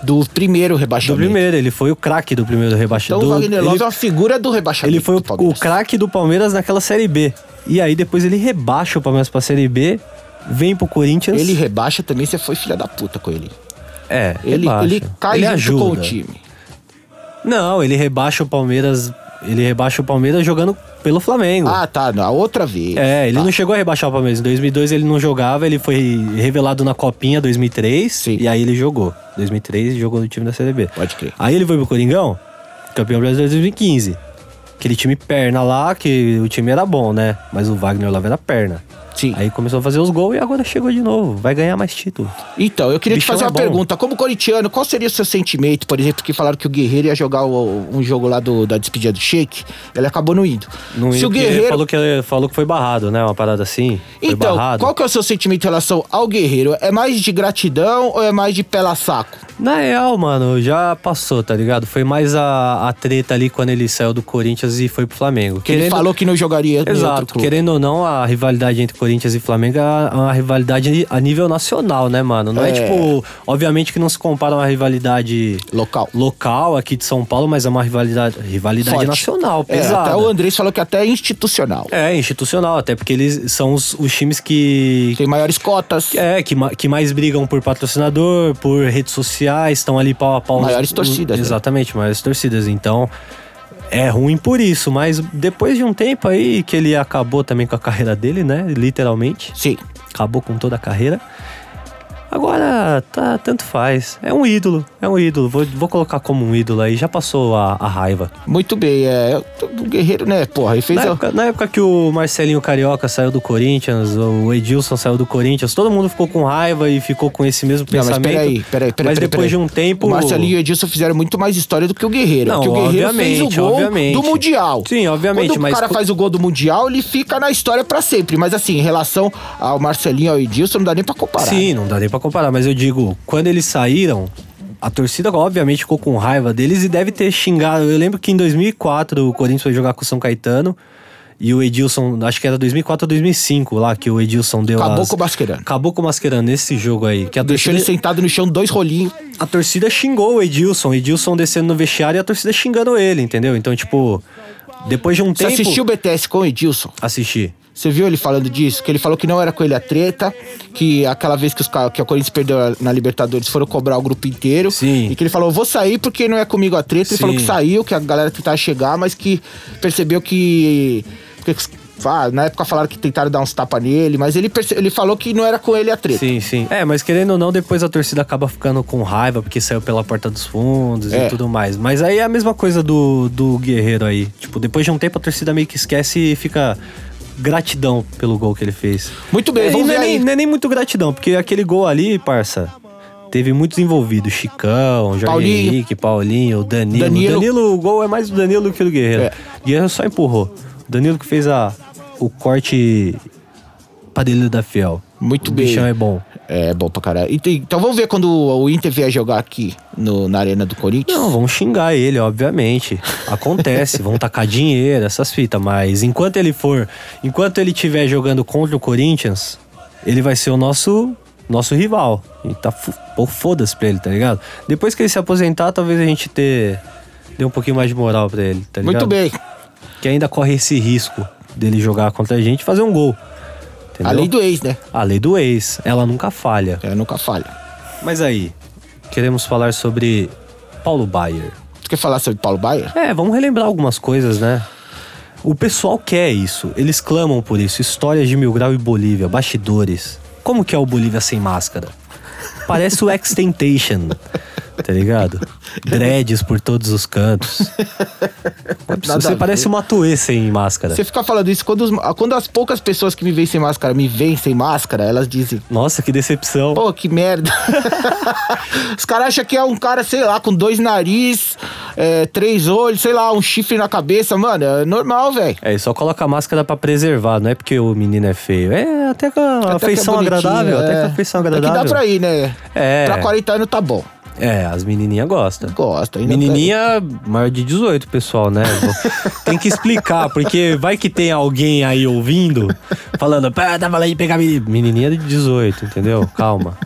Do primeiro
Do
rebaixamento.
primeiro, ele foi o craque do primeiro
Então
rebaixamento.
o Wagner Love é
ele,
uma figura do rebaixamento.
ele foi o,
do Palmeiras.
o craque do Palmeiras naquela Série B. E aí depois ele rebaixa o Palmeiras pra Série B, vem pro Corinthians.
Ele rebaixa também, você foi filha da puta com ele.
é,
Ele,
rebaixa.
ele cai
ele
junto
ajuda.
com o time.
Não, ele rebaixa o Palmeiras. Ele rebaixa o Palmeiras jogando pelo Flamengo.
Ah, tá. não, A outra vez.
É, ele
Tá.
não chegou a rebaixar o Palmeiras. Em 2002 ele não jogava, ele foi revelado na Copinha 2003.
Sim.
E aí ele jogou. 2003 jogou no time da CDB.
Pode crer.
Aí ele foi pro Coringão, campeão brasileiro de 2015. Aquele time perna lá, que o time era bom, né? Mas o Wagner lá era perna.
Sim.
Aí começou a fazer os gols e agora chegou de novo. Vai ganhar mais título.
Então, eu queria te
Bichão
fazer
é
uma
bom.
pergunta. Como corintiano, qual seria o seu sentimento, por exemplo, que falaram que o Guerreiro ia jogar o- um jogo lá do, da despedida do Sheik? Ele acabou não indo.
Não
Se o
porque ele
Guerreiro.
falou, que, falou que foi barrado, né? Uma parada assim. Foi
Então,
barrado.
qual que é o seu sentimento em relação ao Guerreiro? É mais de gratidão ou é mais de pela saco?
Na real, mano, já passou, tá ligado? Foi mais a, a treta ali quando ele saiu do Corinthians e foi pro Flamengo.
Que ele falou que não jogaria em outro
Exato,
clube.
querendo ou não, a rivalidade entre Corinthians e Flamengo é uma rivalidade a nível nacional, né, mano? Não é,
É.
tipo, obviamente que não se compara uma rivalidade
Local.
local aqui de São Paulo, mas é uma rivalidade, rivalidade
Forte.
nacional,
É,
pesada.
até o Andrés falou que até é institucional.
É, institucional, até porque eles são os, os times que,
Tem maiores cotas.
É, que, ma- que mais brigam por patrocinador, por redes sociais, estão ali pau a pau.
Maiores torcidas, né?
Exatamente, maiores torcidas. Então, é ruim por isso, mas depois de um tempo aí que ele acabou também com a carreira dele, né? Literalmente.
Sim.
Acabou com toda a carreira. Agora, tá, tanto faz. É um ídolo, é um ídolo. Vou, vou colocar como um ídolo aí, já passou a, a raiva.
Muito bem, é. O Guerreiro, né, porra, ele fez.
Na
a-
época, na época que o Marcelinho Carioca saiu do Corinthians, o Edilson saiu do Corinthians, todo mundo ficou com raiva e ficou com esse mesmo
Não, mas
pensamento.
peraí, peraí, peraí.
Mas
peraí,
depois
peraí.
de um tempo.
O Marcelinho e o Edilson fizeram muito mais história do que o Guerreiro.
Não,
porque o Guerreiro fez o
obviamente,
gol
obviamente.
do Mundial.
Sim, obviamente,
Quando
mas
o cara
co-
faz o gol do Mundial, ele fica na história pra sempre. Mas assim, em relação ao Marcelinho e ao Edilson, não dá nem pra comparar.
Sim, não dá nem pra comparar, mas eu digo, quando eles saíram, a torcida obviamente ficou com raiva deles e deve ter xingado. Eu lembro que em 2004 o Corinthians foi jogar com o São Caetano e o Edilson, acho que era 2004 ou 2005 lá que o Edilson deu
Acabou
as-
com o Mascherano.
Acabou com o Mascherano nesse jogo aí, que a
Deixou ele
torcida,
sentado no chão, dois rolinhos.
a torcida xingou o Edilson, o Edilson descendo no vestiário e a torcida xingando ele, entendeu? Então, tipo, depois de um
Você
tempo
assistiu o BTS com o Edilson?
assisti.
Você viu ele falando disso? Que ele falou que não era com ele a treta, que aquela vez que, os, ca- que a Corinthians perdeu a- na Libertadores foram cobrar o grupo inteiro.
Sim.
E que ele falou, vou sair porque não é comigo a treta. Ele
Sim.
falou que saiu, que a galera tentava chegar, mas que percebeu que. que- ah, na época falaram que tentaram dar uns tapas nele, mas ele, perce- ele falou que não era com ele a treta.
Sim, sim. É, mas querendo ou não, depois a torcida acaba ficando com raiva porque saiu pela porta dos fundos
É.
e tudo mais. Mas aí é a mesma coisa do, do Guerreiro aí. Tipo, depois de um tempo a torcida meio que esquece e fica gratidão pelo gol que ele fez.
Muito bem,
É, e
vamos
não,
ver
é nem,
aí.
não é nem muito gratidão, porque aquele gol ali, parça, teve muitos envolvidos. Chicão, Jorge
Paulinho.
Henrique, Paulinho, Danilo.
Danilo.
Danilo. o gol é mais do Danilo que do Guerreiro.
É.
Guerreiro só empurrou. Danilo que fez a, o corte padelho da Fiel.
Muito
o
bem.
bichão é bom.
É bom pra caralho. E tem- Então vamos ver quando o Inter vier jogar aqui no- na Arena do Corinthians.
Não, vão xingar ele, obviamente. Acontece, vão tacar dinheiro, essas fitas, mas enquanto ele for, enquanto ele estiver jogando contra o Corinthians, ele vai ser o nosso nosso rival. E tá fu- pô, foda-se pra ele, tá ligado? Depois que ele se aposentar, talvez a gente ter dê um pouquinho mais de moral pra ele, tá ligado?
Muito bem.
Que ainda corre esse risco dele jogar contra a gente e fazer um gol. Entendeu?
A lei do ex, né?
a lei do ex, ela nunca falha.
É, nunca falha.
Mas aí, queremos falar sobre Paulo Baier.
Tu quer falar sobre Paulo Baier?
É, vamos relembrar algumas coisas, né? O pessoal quer isso, eles clamam por isso. Histórias de Mil Grau e Bolívia, bastidores. Como que é o Bolívia sem máscara? Parece o Extentation, tá ligado? Dreads por todos
*laughs*
os cantos.
a
Você
ver.
parece uma Matuê sem máscara.
Você fica falando isso quando, os- quando as poucas pessoas que me veem sem máscara me veem sem máscara, elas dizem.
Nossa, que decepção.
Pô, que merda. *laughs* Os caras acham que é um cara, sei lá, com dois nariz, é, três olhos, sei lá, um chifre na cabeça. Mano, é normal, velho.
É, e só coloca a máscara pra preservar, não é porque o menino é feio. É até com a
Até que é
afeição
bonitinho,
agradável, até
é.
com a afeição
Até
agradável.
que dá pra ir, né?
É.
Pra 40 anos tá bom.
É, as menininhas gostam.
Gosta. ainda
Menininha maior de 18, pessoal, né?
*laughs*
Tem que explicar, porque vai que tem alguém aí ouvindo, falando, pá, tava lá de pegar menina. Menininha de 18, entendeu?
*laughs*
Calma.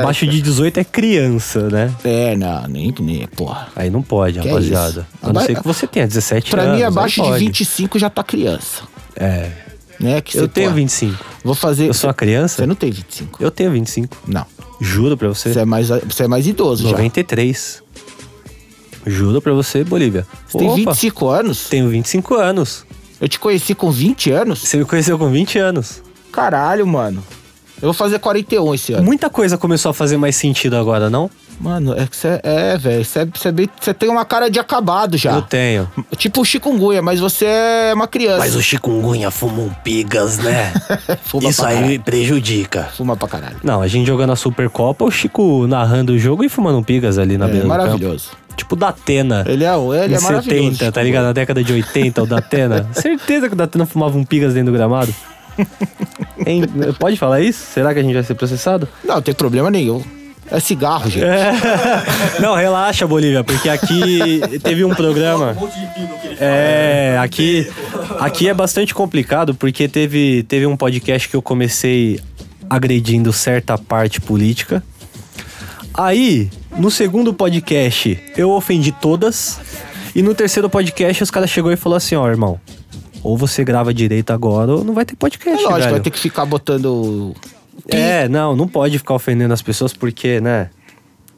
Abaixo de 18 é criança, né?
pega. É, não, nem, nem porra.
Aí não pode,
Que é
rapaziada.
isso?
A não
Aba-
ser que você tenha 17
Pra
anos.
mim,
aí
abaixo de
pode.
25 já tá criança.
É.
Né? Que
Eu
você,
tenho
porra,
25.
Vou fazer.
Eu sou uma criança?
Você não tem 25.
Eu tenho 25.
Não.
Juro pra você.
Você é mais, você é mais idoso já.
93. Juro pra você, Bolívia.
Você tem
Opa,
25 anos?
Tenho 25 anos.
Eu te conheci com 20 anos?
Você me conheceu com 20 anos.
Caralho, mano. Eu vou fazer 41 esse ano.
Muita coisa começou a fazer mais sentido agora, não?
Mano, é que você é, velho. Você é, cê é bem- cê tem uma cara de acabado já.
Eu tenho.
Tipo o chikungunya, mas você é uma criança.
chikungunya fuma um pigas, *laughs* né?
*laughs* Fuma pra caralho.
prejudica.
Fuma pra caralho.
Não, a gente jogando a Supercopa, o Chico narrando o jogo e fumando um pigas ali na
É
beira do
maravilhoso.
campo. Tipo o Datena.
Ele é, um- ele
em
é maravilhoso.
70, tá ligado? Na década de 80,
*laughs*
o Datena. Certeza que o Datena fumava um pigas dentro do gramado. Hein? Pode falar isso? Será que a gente vai ser processado?
Não, não tem problema nenhum. É cigarro, gente.
É. Não, relaxa, Bolívia, porque aqui teve um programa. É, aqui, aqui é bastante complicado porque teve, teve um podcast que eu comecei agredindo certa parte política. Aí, no segundo podcast, eu ofendi todas. E no terceiro podcast, os caras chegou e falou assim: ó, irmão, ou você grava direito agora ou não vai ter
É
podcast.
lógico,
velho.
vai ter que ficar botando.
É, não, não pode ficar ofendendo as pessoas porque, né?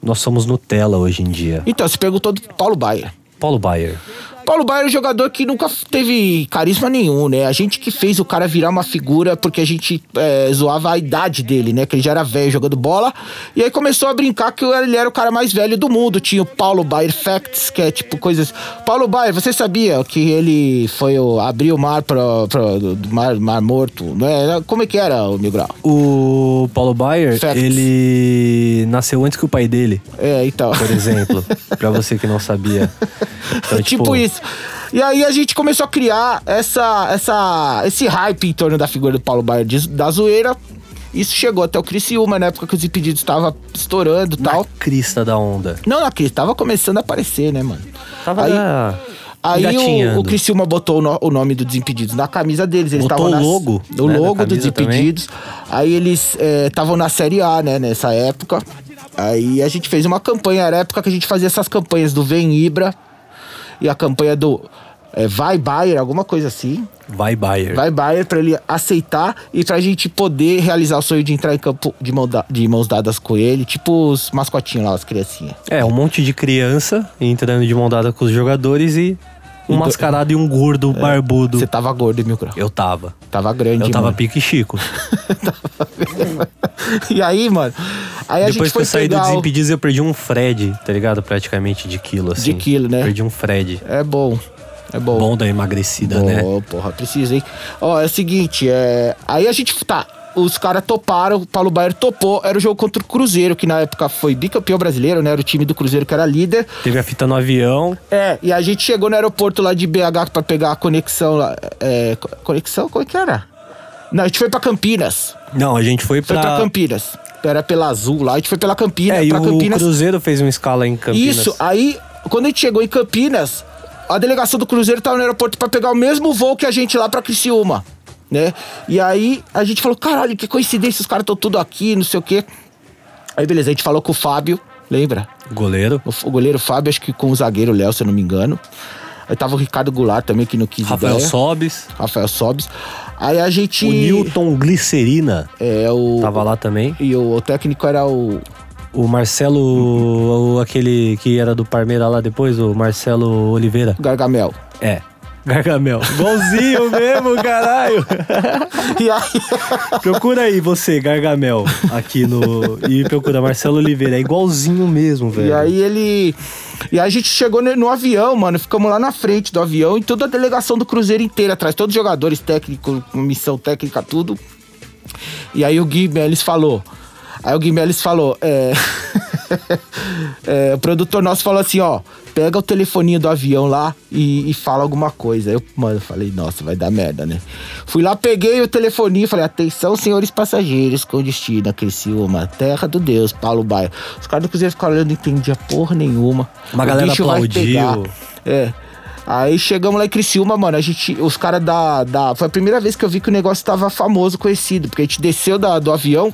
Nós somos Nutella hoje em dia.
Então, você perguntou do Paulo Baier.
Paulo Baier.
Paulo Baier é um jogador que nunca teve carisma nenhum, né? A gente que fez o cara virar uma figura porque a gente é, zoava a idade dele, né? Que ele já era velho jogando bola. E aí começou a brincar que ele era o cara mais velho do mundo. Tinha o Paulo Baier Facts, que é tipo coisas. Paulo Baier, você sabia que ele foi o, abriu o mar pro, pro do mar, mar Morto? Não é? Como é que era o Mil Grau?
O Paulo Baier,
Facts.
ele nasceu antes que o pai dele,
É, então. *laughs*
por exemplo. pra você que não sabia. Então,
tipo, isso. E aí a gente começou a criar essa, essa, esse hype em torno da figura do Paulo Baier de- da zoeira. Isso chegou até o Criciúma, na época que os impedidos estavam estourando e tal.
Na crista da onda.
Não, na Cris, tava começando a aparecer, né, mano?
Tava
aí,
da-
aí o,
engatinhando.
o Criciúma botou o, no- o nome do Desimpedidos na camisa deles. Eles
Botou
estavam nas-
o logo,
O
né,
logo
na
do
camisa também.
Desimpedidos. Aí eles estavam na Série A, né, nessa época. Aí a gente fez uma campanha, era a época que a gente fazia essas campanhas do Vem Ibra e a campanha do é, Vai Bayer, alguma coisa assim.
Vai Baier.
Vai Bayer pra ele aceitar e pra gente poder realizar o sonho de entrar em campo de, mão da- de mãos dadas com ele, tipo os mascotinhos lá, as criancinhas.
É, um monte de criança entrando de mão dada com os jogadores e
Então-
um mascarado e um
É.
gordo barbudo.
Você tava gordo, meu grau.
Eu tava.
Tava grande,
Eu tava
mano.
pique Chico.
*laughs* E aí, mano, aí a
Depois
gente
que
foi
eu saí do
pegar o-
Desimpedidos, eu perdi um Fred, tá ligado? Praticamente de quilo, assim.
De quilo, né?
Perdi um Fred.
É bom, é bom.
Bom da emagrecida,
Bom,
né?
porra, precisa, hein? Ó, é o seguinte, é... aí a gente, tá, os caras toparam, o Paulo Baier topou, era o jogo contra o Cruzeiro, que na época foi bicampeão brasileiro, né? Era o time do Cruzeiro que era líder.
Teve a fita no avião.
É, e a gente chegou no aeroporto lá de BH pra pegar a conexão lá. é, co- conexão? Como é que era? Não, a gente foi pra Campinas.
Não, a gente foi
Foi pra,
pra.
Campinas. Era pela Azul lá, a gente foi pela Campina,
É, e
pra
o
Campinas.
Cruzeiro fez uma escala em Campinas.
Isso, aí, quando a gente chegou em Campinas, a delegação do Cruzeiro tava no aeroporto pra pegar o mesmo voo que a gente lá pra Criciúma, né? E aí a gente falou, caralho, que coincidência, os caras estão tudo aqui, não sei o quê. Aí beleza, a gente falou com o Fábio, lembra?
Goleiro.
O, f- o goleiro Fábio, acho que com o zagueiro Léo, se eu não me engano. Aí tava o Ricardo Goulart também, que não quis
Rafael
ideia.
Sobis.
Rafael Sobis. Aí a gente...
O Newton Glicerina
É, o...
tava lá também.
E o, o técnico era o...
O Marcelo, o- o- aquele que era do Parmeira lá depois, o Marcelo Oliveira.
Gargamel. *laughs*
É. Gargamel. Igualzinho mesmo, caralho.
E aí...
Procura aí você, Gargamel, aqui no. E procura Marcelo Oliveira. É igualzinho mesmo, velho.
E aí ele. E aí a gente chegou no, no avião, mano. Ficamos lá na frente do avião e toda a delegação do Cruzeiro inteira atrás. Todos os jogadores técnicos, missão técnica, tudo. E aí o Gui Melis falou. Aí o Gui Melis falou, é... *laughs* é, O produtor nosso falou assim, ó. Pega o telefoninho do avião lá e, e fala alguma coisa. Eu, mano, falei, nossa, vai dar merda, né? Fui lá, peguei o telefoninho e falei, atenção, senhores passageiros, com destino a Criciúma, terra do Deus, Paulo Baia. Os caras do Cruzeiro ficaram olhando, não entendia porra nenhuma.
Uma
O
galera
bicho vai
aplaudiu.
pegar. É. Aí chegamos lá em Criciúma, mano, a gente, os caras da, da... Foi a primeira vez que eu vi que o negócio tava famoso, conhecido, porque a gente desceu da- do avião,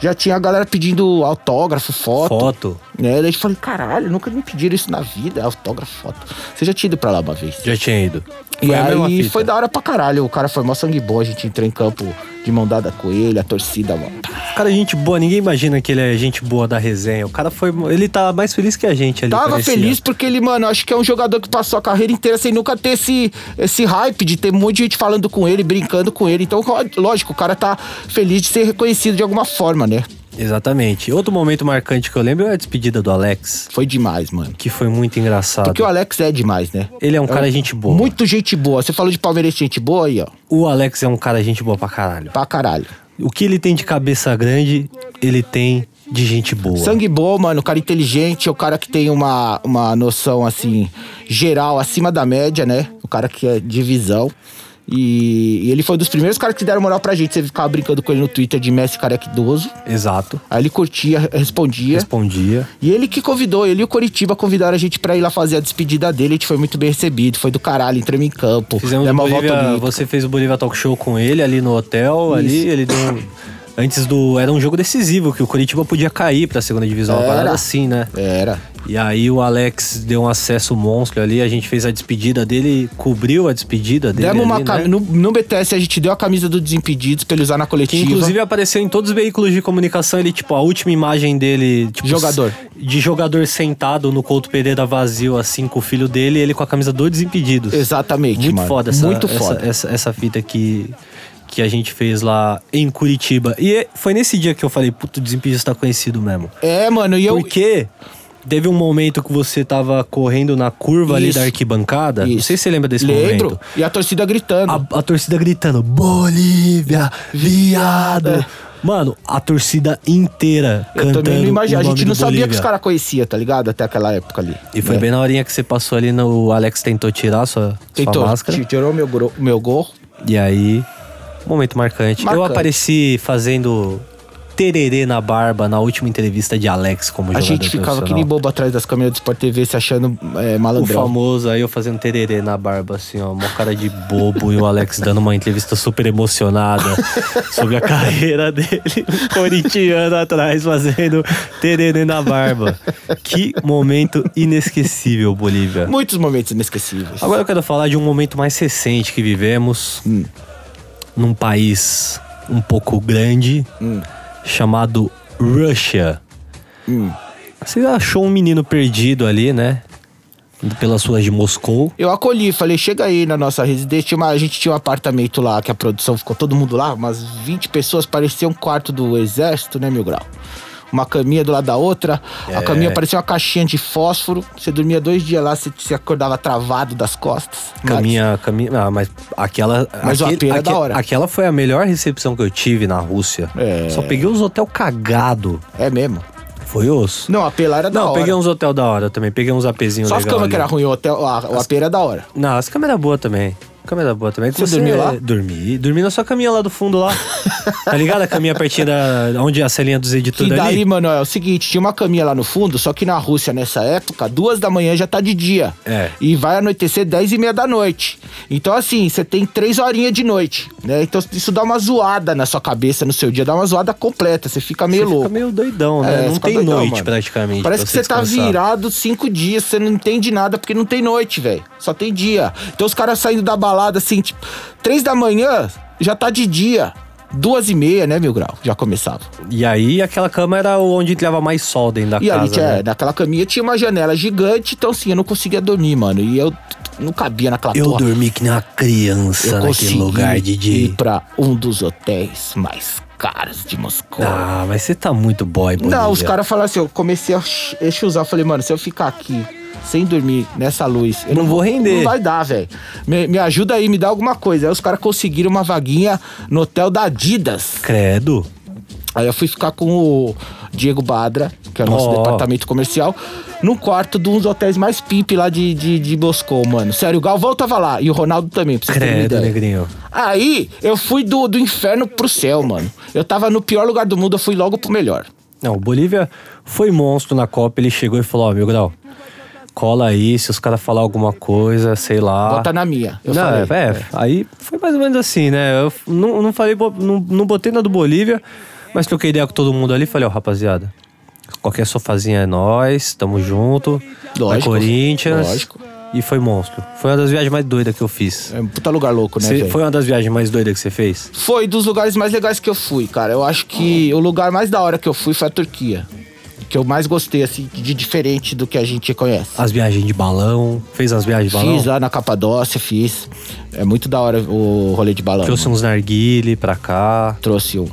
já tinha a galera pedindo autógrafo, foto,
Foto.
né? Daí a gente falou, caralho, nunca me pediram isso na vida, autógrafo, foto. Você já tinha ido pra lá uma vez?
Já tinha ido.
E
Foi a mesma
aí
fita.
foi da hora pra caralho, o cara foi mó sangue bom, a gente entrou em campo de mão dada com ele, a torcida, mano.
Cara, gente boa, ninguém imagina que ele é gente boa da resenha. O cara foi. Ele tá mais feliz que a gente ali.
Tava
parecia.
feliz porque ele, mano, acho que é um jogador que passou a carreira inteira sem nunca ter esse, esse hype de ter um monte de gente falando com ele, brincando com ele. Então, ó, lógico, o cara tá feliz de ser reconhecido de alguma forma, né?
Exatamente. Outro momento marcante que eu lembro é a despedida do Alex,
Foi demais, mano.
que foi muito engraçado.
Porque o Alex é demais, né?
Ele é um cara gente boa.
Muito gente boa. Você falou de palmeirense, gente boa aí, ó.
O Alex é um cara gente boa pra caralho.
Pra caralho.
O que ele tem de cabeça grande, ele tem de gente boa.
Sangue bom, mano. O cara inteligente, é o cara que tem uma, uma noção, assim, geral, acima da média, né? O cara que é de visão. E, e ele foi um dos primeiros caras que deram moral pra gente. Você ficava brincando com ele no Twitter de Messi Careca Idoso.
Exato.
Aí ele curtia, respondia.
Respondia.
E ele que convidou, ele e o Coritiba convidaram a gente pra ir lá fazer a despedida dele. A gente foi muito bem recebido, foi do caralho, entramos em campo.
Fizemos o
demos É uma volta
Bolívia,
olímpica.
você fez o Bolívia Talk Show com ele ali no hotel, ali ele deu um- antes do era um jogo decisivo que o Curitiba podia cair pra segunda divisão, uma
Era.
parada assim, né?
Era.
E aí o Alex deu um acesso monstro ali, a gente fez a despedida dele, cobriu a despedida dele.
Demos uma
ali,
cam-
né?
no, no BTS a gente deu a camisa do Desimpedidos pra ele usar na
Que
coletiva.
inclusive apareceu em todos os veículos de comunicação, ele, tipo, a última imagem dele, tipo,
Jogador.
De jogador sentado no Couto Pereira vazio, assim, com o filho dele, e ele com a camisa do Desimpedidos.
Exatamente,
Muito
mano.
foda essa,
Muito
essa-
foda.
Essa, essa fita que, que a gente fez lá em Curitiba. E é, foi nesse dia que eu falei, puto, o Desimpedidos tá conhecido mesmo.
É, mano, e eu.
Porque teve um momento que você tava correndo na curva ali
Isso.
da arquibancada. Não
Isso.
sei se você lembra desse
Lembro.
momento.
E a torcida gritando.
A, a torcida gritando: Bolívia, viado. Mano, a torcida inteira
É. Eu
cantando.
também não imagina.
o
A
nome
gente não
do
sabia
Bolívia.
que os caras conheciam, tá ligado? Até aquela época ali.
E foi
É.
bem na horinha que você passou ali, no, o Alex tentou tirar sua,
Tentou,
sua máscara.
tirou meu, gro- meu gorro.
E aí, momento marcante. Eu
Marcante.
apareci fazendo tererê na barba na última entrevista de Alex como
A
jogador
gente ficava que nem
profissional.
bobo atrás das câmeras do Sport TV se achando é,
O
malandrão.
famoso, aí eu fazendo tererê na barba, assim, ó, uma cara de bobo e o Alex dando uma entrevista super emocionada sobre a carreira dele, um corintiano atrás fazendo tererê na barba. Que momento inesquecível, Bolívia.
Muitos momentos inesquecíveis.
Agora eu quero falar de um momento mais recente que vivemos
Hum.
num país um pouco grande
Hum.
chamado Rússia.
Hum.
Você achou um menino perdido ali, né? Pelas ruas de Moscou.
Eu acolhi, falei, chega aí na nossa residência. Tinha uma- a gente tinha um apartamento lá que a produção ficou todo mundo lá, umas 20 pessoas, parecia um quarto do exército, né, Mil Grau? Uma caminha do lado da outra,
É.
a caminha parecia uma caixinha de fósforo. Você dormia dois dias lá, você se acordava travado das costas. Mas-
Caminha, caminha. Ah, mas aquela.
Mas o apelo é da hora.
Aquela foi a melhor recepção que eu tive na Rússia.
É.
Só peguei uns hotel cagado.
É mesmo.
Foi osso.
Não, a pela era da
Não,
hora.
peguei uns hotel da hora também. Peguei uns apezinhos
Só as
legal
camas
ali.
que era ruim, o, hotel, a, o AP era da hora.
Não, as câmeras boas também. Câmera é boa também.
Você é? dormiu lá?
Dormi. Dormi na sua caminha lá do fundo
*laughs*
lá. tá ligado? A caminha pertinho da. Onde é a celinha dos
Que
editores
daí,
ali?
mano, é o seguinte, tinha uma caminha lá no fundo, só que na Rússia, nessa época, duas da manhã já tá de dia.
É.
E vai anoitecer dez e meia da noite. Então, assim, você tem três horinhas de noite, né? Então, isso dá uma zoada na sua cabeça, no seu dia, dá uma zoada completa, você fica meio
Você
louco.
fica meio doidão,
É,
né? não
fica
tem
doidão,
noite
mano.
praticamente.
Parece
pra
que você tá
descansar.
virado cinco dias, você não entende nada porque não tem noite, velho. Só tem dia. Então os caras saindo da balada assim, tipo, três da manhã já tá de dia. Duas e meia, né, Mil Grau? Já começava.
E aí aquela cama era onde leva mais sol dentro da
E
casa.
ali, é? tinha,
né?
naquela caminha tinha uma janela gigante, então assim, eu não conseguia dormir, mano. E eu t- não cabia naquela
Eu
torre.
dormi que nem uma criança
Eu
naquele
consegui
lugar, DJ.
ir pra um dos hotéis mais caros de Moscou.
Ah, mas você tá muito boy, Bolívia.
Não, os caras falaram assim, eu comecei a ch- chusar, eu falei, mano, se eu ficar aqui sem dormir nessa luz, eu
Não vou render.
Não vai dar, velho. Me, me ajuda aí, me dá alguma coisa. Aí os caras conseguiram uma vaguinha no hotel da Adidas.
Credo.
Aí eu fui ficar com o Diego Badra, que é o nosso
Ó.
departamento comercial, num quarto de um dos hotéis mais pimp lá de, de, de Moscou, mano. Sério, o Galvão tava lá e o Ronaldo também, pra vocês terem uma
Credo,
ideia.
negrinho.
Aí eu fui do, do inferno pro céu, mano. Eu tava no pior lugar do mundo, eu fui logo pro melhor.
Não, o Bolívia foi monstro na Copa. Ele chegou e falou: Ó, meu grau, cola aí. Se os caras falar alguma coisa, sei lá.
Bota na minha. Eu
Ah. não,
falei.
é, é, aí foi mais ou menos assim, né? Eu f- não, não falei, bo- não, não botei na do Bolívia, mas troquei ideia com todo mundo ali. Falei: Ó, rapaziada, qualquer sofazinha é nós, tamo junto. Vai
Lógico,
Corinthians.
lógico.
E foi monstro. Foi uma das viagens mais doidas que eu fiz.
É um puta lugar louco, né,
Cê-
velho?
foi uma das viagens mais doidas que você fez?
Foi dos lugares mais legais que eu fui, cara. Eu acho que o lugar mais da hora que eu fui foi a Turquia. Que eu mais gostei, assim, de diferente do que a gente conhece.
As viagens de balão? Fez as viagens de balão?
Fiz lá na Capadócia, fiz. É muito da hora o rolê de balão.
Trouxe um-
mano.
uns narguile pra cá.
trouxe um,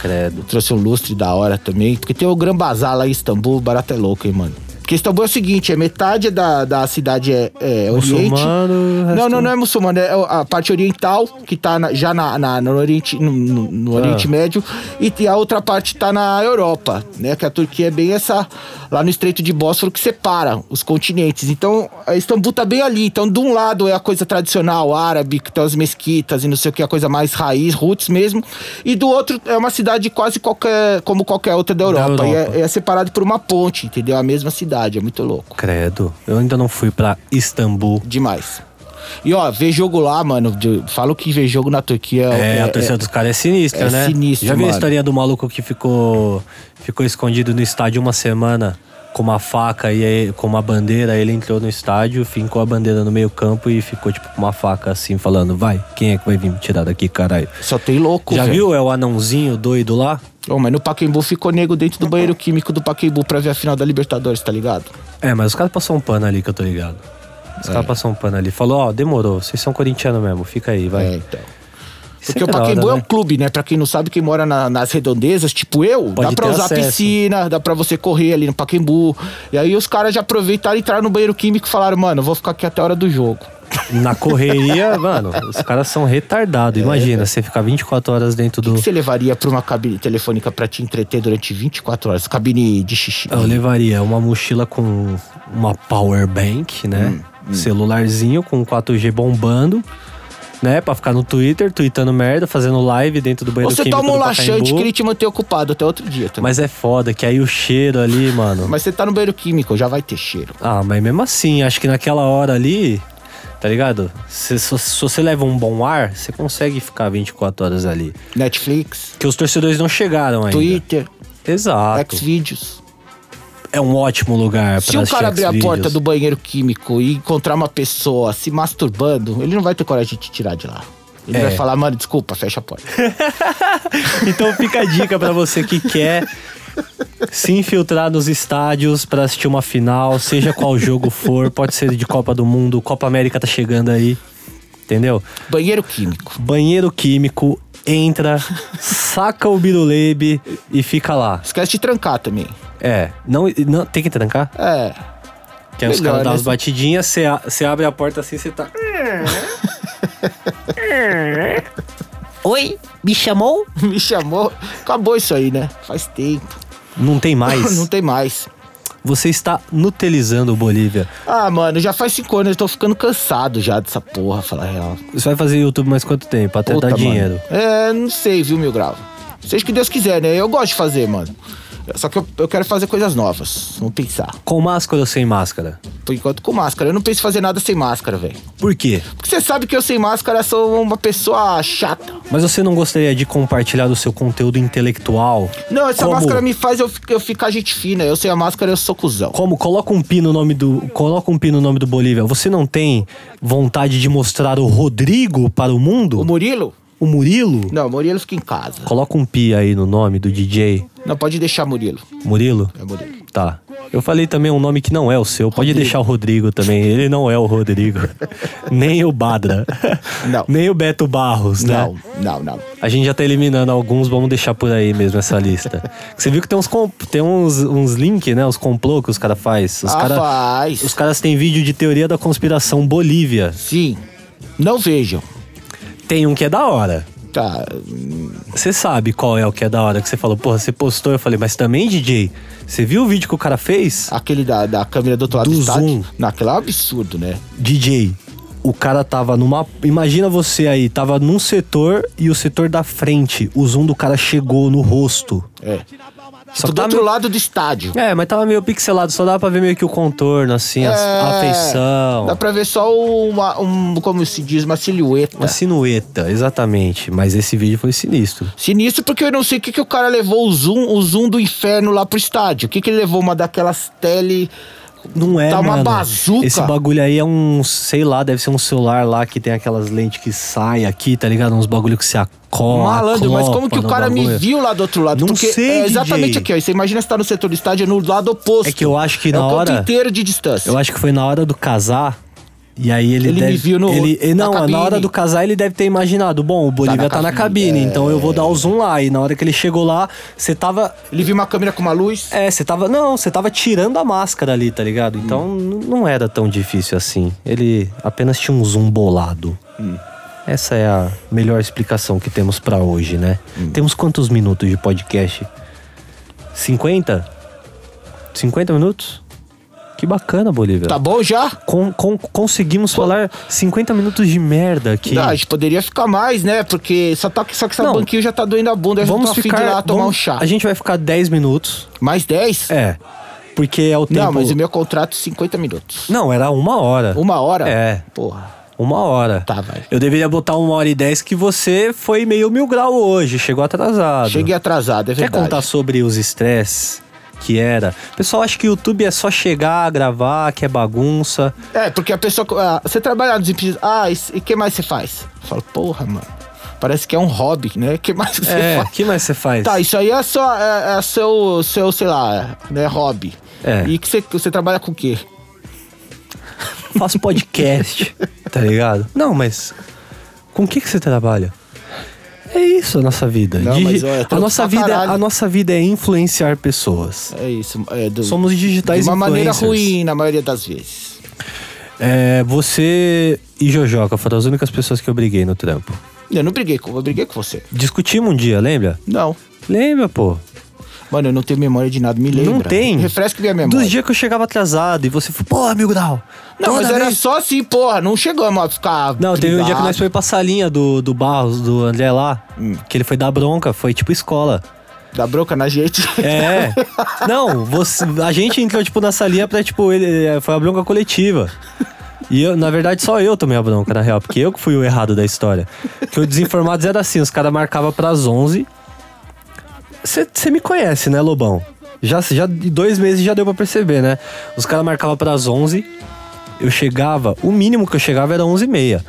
Credo.
trouxe um lustre da hora também. Porque tem o Gran Bazar lá em Istambul, barato é louco, hein, mano. Porque Istambul é o seguinte, é metade da, da cidade é, é oriente.
Muçulmano, o resto-
Não, não, não é muçulmano, é a parte oriental, que tá na- já na, na- no Oriente, no, no- no Oriente Médio, e, e a outra parte tá na Europa, né? Que a Turquia é bem essa. lá no Estreito de Bósforo que separa os continentes. Então, a Istambul tá bem ali. Então, de um lado é a coisa tradicional árabe, que tem as mesquitas e não sei o que, é a coisa mais raiz, roots mesmo. E do outro é uma cidade quase qualquer, como qualquer outra da Europa. E é-
Europa.
é separado por uma ponte, entendeu? A mesma cidade, é muito louco.
Credo. Eu ainda não fui pra Istambul.
Demais. E ó, ver jogo lá, mano. de- Falo que ver jogo na Turquia
É,
é.
a torcida dos caras é sinistra,
é
né?
sinistro,
Já viu a
mano.
historinha do maluco que ficou, ficou escondido no estádio uma semana com uma faca e aí- com uma bandeira, ele entrou no estádio, fincou a bandeira no meio campo e ficou tipo com uma faca assim, falando, vai, quem é que vai vir me tirar daqui, caralho?
Só tem louco,
Já
velho.
viu? É o anãozinho doido lá?
Ô, mas no Pacaembu ficou nego dentro do banheiro químico do Pacaembu pra ver a final da Libertadores, tá ligado?
É, mas os caras passaram um pano ali que eu tô ligado. Os
É.
caras passaram um pano ali. Falou, ó, demorou, vocês são corintianos mesmo, fica aí, vai.
É, então.
Isso
Porque
é
o
da hora,
Pacaembu é um
né?
clube, né? Pra quem não sabe, quem mora na- nas redondezas, tipo eu,
Pode
dá pra
ter
usar
acesso.
piscina, dá pra você correr ali no Pacaembu. E aí os caras já aproveitaram, entraram no banheiro químico e falaram, mano, eu vou ficar aqui até a hora do jogo.
Na correria, *laughs* mano, os caras são retardados. Imagina, você ficar 24 horas dentro
O
do.
que você levaria pra uma cabine telefônica pra te entreter durante 24 horas? Cabine de xixi.
Eu levaria uma mochila com uma power bank, né?
Hum,
Celularzinho com 4G bombando, né? Pra ficar no Twitter, tweetando merda, fazendo live dentro do
Ou
banheiro
você
químico
toma um
do
laxante
Pacaembu.
que ele te mantém ocupado até outro dia também.
Mas é foda, que aí o cheiro ali, mano.
Mas você tá no banheiro químico, já vai ter cheiro.
Ah, mas mesmo assim, acho que naquela hora ali, tá ligado? Se, se- se você leva um bom ar, você consegue ficar 24 horas ali.
Netflix,
Que os torcedores não chegaram ainda.
Twitter,
Exato.
Xvideos.
É um ótimo lugar
Se
pra
o
assistir
cara abrir a
Xvideos.
porta do banheiro químico e encontrar uma pessoa se masturbando, ele não vai ter coragem de te tirar de lá. Ele
É.
vai falar, mano, desculpa, fecha a
*laughs*
porta.
*laughs* Então fica a dica pra você que quer se infiltrar nos estádios pra assistir uma final, seja qual jogo for, pode ser de Copa do Mundo, Copa América tá chegando aí. Entendeu?
banheiro químico.
Banheiro químico, entra, saca o birulebe e fica lá.
Esquece de trancar também.
É, não, não tem que trancar?
É. *laughs*
Que aí os
Melhor,
caras dão
né?
as batidinhas, você a- você abre a porta assim, você tá. Oi? Me chamou?
Me chamou. Acabou isso aí, né? Faz tempo. *laughs*
Não tem mais.
Não tem mais.
Você está nutelizando o Bolívia.
Ah, mano, já faz cinco anos, eu tô ficando cansado já dessa porra, falar a real.
Você vai fazer YouTube mais quanto tempo? Até
Puta,
dar
mano.
dinheiro.
É, não sei, viu, meu grau. Seja o que Deus quiser, né? Eu gosto de fazer, mano. Só que eu, eu quero fazer coisas novas. Vamos pensar.
Com máscara ou sem máscara?
Por enquanto com máscara. Eu não penso em fazer nada sem máscara, velho.
Por quê?
Porque você sabe que eu sem máscara sou uma pessoa chata.
Mas você não gostaria de compartilhar o seu conteúdo intelectual?
Não, essa
Como-
máscara é me faz eu, fi- eu ficar gente fina. Eu sem a máscara, eu sou cuzão.
Como coloca um pino no nome do coloca um pino no nome do Bolívia. Você não tem vontade de mostrar o Rodrigo para o mundo?
O Murilo?
O Murilo?
Não, o Murilo fica em casa.
Coloca um pi aí no nome do DJ
Não, pode deixar Murilo.
Murilo.
É Murilo.
Tá. Eu falei também um nome que não é o seu. Pode deixar o Rodrigo também. Ele não é
*laughs*
o Rodrigo. Nem o Badra.
Não.
Nem o Beto Barros, né?
Não, não, não.
A gente já tá eliminando alguns, vamos deixar por aí mesmo essa lista. Você viu que tem uns, com- tem uns, uns links, né? Os complô que os caras faz. Os
Ah,
cara-
faz.
Os caras têm vídeo de teoria da conspiração Bolívia.
Sim. Não vejam.
Tem um que é da hora.
Tá.
Você sabe qual é o que é da hora que você falou, porra, você postou, eu falei, mas também, DJ, você viu o vídeo que o cara fez?
Aquele da, da câmera do outro lado
Do
estádio.
zoom.
Naquela é um absurdo, né?
DJ, o cara tava numa. Imagina você aí, tava num setor e o setor da frente, o zoom do cara chegou no rosto.
É.
Só
do
tá
outro
meio-
lado do estádio.
É, mas tava meio pixelado, só dava pra ver meio que o contorno, assim, a- a feição.
É, Dá pra ver só uma, um, como se diz, uma silhueta.
Uma sinueta, exatamente. Mas esse vídeo foi sinistro.
Sinistro porque eu não sei o que, que o cara levou o zoom, o zoom do inferno lá pro estádio. O que, que ele levou? Uma daquelas tele.
Não é,
Tá uma
mano.
bazuca.
Esse bagulho aí é um, sei lá, deve ser um celular lá que tem aquelas lentes que saem aqui, tá ligado? Uns bagulho que se acola.
Malandro, mas como
aclopa
que o
no
cara me
bagulho.
viu lá do outro lado?
Não
Porque
sei,
é exatamente
DJ.
aqui, ó. E Você imagina você tá no setor do estádio é no lado oposto.
É que eu acho que
é
na
o
hora-
canto inteiro de distância.
Eu acho que foi na hora do casar. E aí ele,
Ele
deve,
me viu no-
ele, ele-
na
Não, na
cabine.
hora do casar ele deve ter imaginado. Bom, o Bolívia tá na cabine,
cabine, é.
então eu vou dar o zoom lá. E na hora que ele chegou lá, você tava.
Ele viu uma câmera com uma luz.
É, você tava. Não, você tava tirando a máscara ali, tá ligado? Então
Hum.
n- não era tão difícil assim. Ele apenas tinha um zoom bolado.
Hum.
Essa é a melhor explicação que temos pra hoje, né?
Hum.
Temos quantos minutos de podcast? 50? 50 minutos? Que bacana, Bolívia.
Tá bom já?
Con- con- conseguimos falar 50 minutos de merda aqui.
Ah, a gente poderia ficar mais, né? Porque só, tá, só que essa
Não.
banquinha já tá doendo a bunda. Eu já tô
vamos
afim de ir
ficar.
lá tomar
vamos-
um chá.
A gente vai ficar 10 minutos.
Mais 10?
É. Porque é o tempo.
Não, mas o meu contrato é 50 minutos.
Não, era uma hora.
Uma hora?
É.
Porra.
Uma hora.
Tá, vai.
Eu deveria botar uma hora e dez que você foi meio mil grau hoje, chegou atrasado.
Cheguei atrasado, é
Quer
verdade.
contar sobre os estresses que era. O pessoal acha que o YouTube é só chegar, gravar, que é bagunça.
É, porque a pessoa. ah, Você trabalha nos impedidos. Ah, e o que mais você faz? Eu falo, porra, mano. Parece que é um hobby, né? O que mais você
É, o
faz?
que mais você faz?
Tá, isso aí é só é, é seu, seu, sei lá, né, hobby.
É.
E que você, você trabalha com o quê?
faço
*laughs*
podcast, tá ligado? Não, mas com o que, que você trabalha? É isso a nossa vida.
Não,
Digi-
mas, olha,
a,
trampo
nossa
pra
vida
caralho.
a nossa vida é influenciar pessoas.
É isso. É do,
Somos digitais
De uma maneira
influencers.
ruim, na maioria das vezes.
É, você e Jojoca foram as únicas pessoas que eu briguei no trampo.
Eu não briguei com, eu briguei com você.
Discutimos um dia, lembra?
Não.
Lembra, pô?
Mano, eu não tenho memória de nada, me lembra.
Não tem.
Refresca minha memória.
Dos dias que eu chegava atrasado e você falou, pô, amigo Dal.
Não, mas
toda
era
vez-
só assim, porra, não chegamos a ficar.
Não, teve um dia que
brigado.
nós foi pra salinha do, do Barros, do André lá,
Hum.
que ele foi dar bronca, foi tipo escola.
Da bronca na
*laughs*
gente.
É. Não, você, a gente entrou, tipo, na salinha pra, tipo, ele, é, foi a bronca coletiva. E eu, na verdade, só eu tomei a bronca, na real, porque eu que fui o errado da história. Que o desinformados era assim, os caras marcavam pras 11. Você me conhece, né, Lobão? Já, já de dois meses já deu pra perceber, né? Os caras marcavam pras 11. Eu chegava, o mínimo que eu chegava era 11 e meia.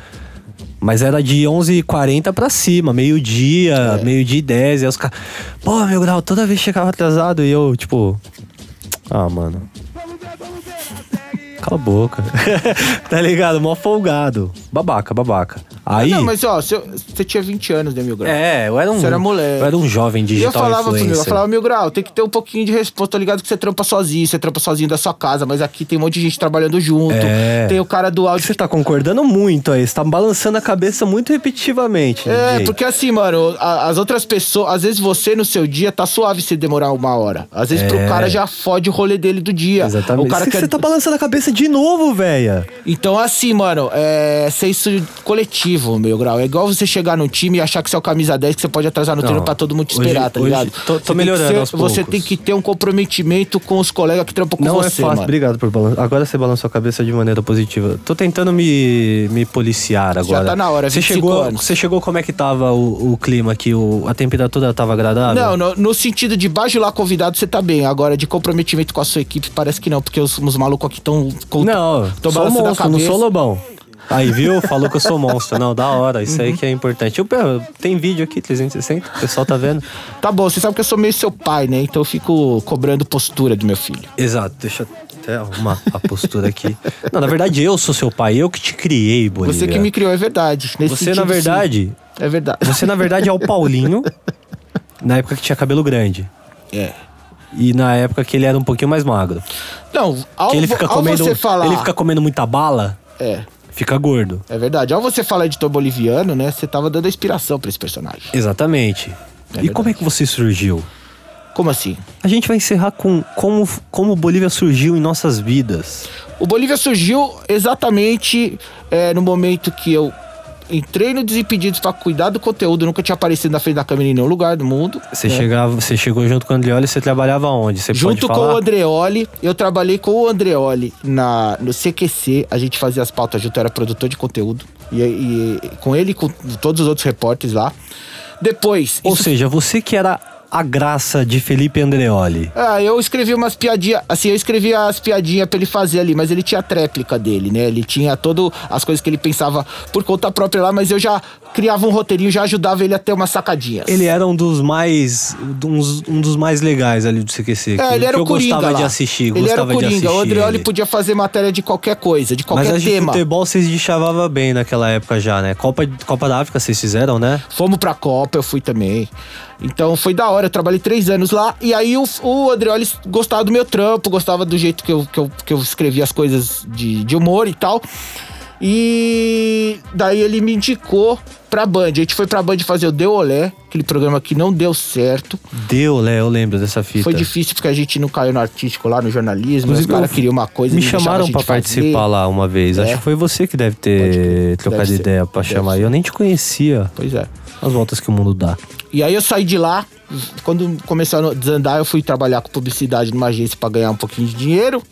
Mas era de 11h40 pra cima, meio-dia,
É.
meio-dia e 10. Aí os caras. Pô, meu grau, toda vez chegava atrasado e eu, tipo. Ah, mano. Cala a boca. *laughs* tá ligado? Mó folgado. Babaca, babaca. É, Aí.
Não, mas ó, seu- você tinha 20 anos, né, Mil Grau?
É, eu era um.
Você era moleque.
Eu era um jovem
E eu
digital.
falava pro Mil, eu
influencer.
falava, Mil Grau, tem que ter um pouquinho de respeito, tô ligado que você trampa sozinho, você trampa sozinho da sua casa, mas aqui tem um monte de gente trabalhando junto,
É.
tem o cara do áudio
Você tá concordando muito aí, você tá balançando a cabeça muito repetitivamente.
É,
DJ.
porque assim, mano, a- as outras pessoas. Às vezes você no seu dia tá suave se demorar uma hora. Às vezes pro
É.
cara já fode o rolê dele do dia.
Exatamente.
O cara
você,
quer...
você tá balançando a cabeça de novo, véia.
Então, assim, mano, é senso coletivo, meu grau. É igual você chegar no time e achar que você é o camisa 10, que você pode atrasar no
Não,
treino pra todo mundo te
hoje-
esperar, tá
hoje
ligado?
tô-
Você
tô
tem que
melhorando
ser-
aos
Você
poucos.
tem que ter um comprometimento com os colegas que trampam com
Não
você,
é fácil,
mano.
obrigado por balançar. Agora você balançou a cabeça de maneira positiva. Tô tentando me, me policiar agora.
tá na hora,
você
25
chegou,
anos.
Você chegou como é que tava o, o clima aqui? O, a temperatura tava agradável?
Não, no, no sentido de bajular convidado, você tá bem. Agora, de comprometimento com a sua equipe, parece que não, porque os, os malucos aqui estão com.
Não,
tão
sou
balançando
um
a
monstro, não
cabeça.
sou lobão. Aí, viu? Falou que eu sou um monstro. Não, da hora, isso
Uhum.
aí que é importante. Eu, pera, tem vídeo aqui, 360, o pessoal tá vendo.
Tá bom, você sabe que eu sou meio seu pai, né? Então eu fico cobrando postura do meu filho.
Exato, deixa eu até arrumar a postura aqui. Não, na verdade eu sou seu pai, eu que te criei, Bolívia.
Você que me criou, é verdade. Nesse
Você, na
sentido, sim.
verdade,
É verdade.
Você, na verdade, é o Paulinho, na época que tinha cabelo grande.
É.
E na época que ele era um pouquinho mais magro.
Não, ao,
Que ele
vo-
fica
ao
comendo. um-
você falar.
Ele fica comendo muita bala,
É,
fica gordo.
é verdade. Ao você falar editor boliviano, né? Você tava dando a inspiração pra esse personagem.
Exatamente. e
verdade.
como é que você surgiu?
Como assim?
A gente vai encerrar com como, como o Bolívia surgiu em nossas vidas.
O Bolívia surgiu exatamente é, no momento que eu entrei no Desimpedidos pra cuidar do conteúdo. Nunca tinha aparecido na frente da câmera em nenhum lugar do mundo.
Você,
né?
chegava, você chegou junto com o Andreoli, você trabalhava onde? Você
Junto com
pode
o
falar?
Andreoli, eu trabalhei com o Andreoli na, no CQC, a gente fazia as pautas junto, eu era produtor de conteúdo. E, e- com ele e com todos os outros repórteres lá. Depois.
Ou
isso-
seja, você que era a graça de Felipe Andreoli.
ah, eu escrevi umas piadinhas. Assim, eu escrevi as piadinhas pra ele fazer ali, mas ele tinha a tréplica dele, né? Ele tinha todas as coisas que ele pensava por conta própria lá, mas eu já criava um roteirinho, já ajudava ele a ter umas sacadinhas.
Ele era um dos mais. Uns, um dos mais legais ali do CQC. que-
É, ele era
que
o Coringa.
Eu gostava
lá.
de assistir.
Ele
gostava
era o
De
Coringa.
assistir
O Andreoli
ele.
podia fazer matéria de qualquer coisa, de
Mas
qualquer
acho que
tema.
futebol vocês deschavava bem naquela época já, né? Copa, Copa da África vocês fizeram, né?
Fomos pra Copa, eu fui também. Então foi da hora, eu trabalhei três anos lá. E aí o, o Andreoli gostava do meu trampo, gostava do jeito que eu, que eu, que eu escrevia as coisas de, de humor e tal. E daí ele me indicou pra Band. A gente foi pra Band fazer o Deu Olé, aquele programa que não deu certo.
Deu, né? Eu lembro dessa fita.
Foi difícil porque a gente não caiu no artístico lá, no jornalismo. Os
Inclusive,
caras
eu-
queriam uma coisa não
Me
deixavam a
chamaram
gente
pra
fazer.
participar lá uma vez.
É.
Acho que foi você que deve
Pode
ter
crer.
trocado
Deve ser.
ideia pra
Deve
chamar.
ser.
Eu nem te conhecia.
Pois é.
As voltas que o mundo dá.
E aí eu saí de lá, quando começou a desandar, eu fui trabalhar com publicidade numa agência pra ganhar um pouquinho de dinheiro.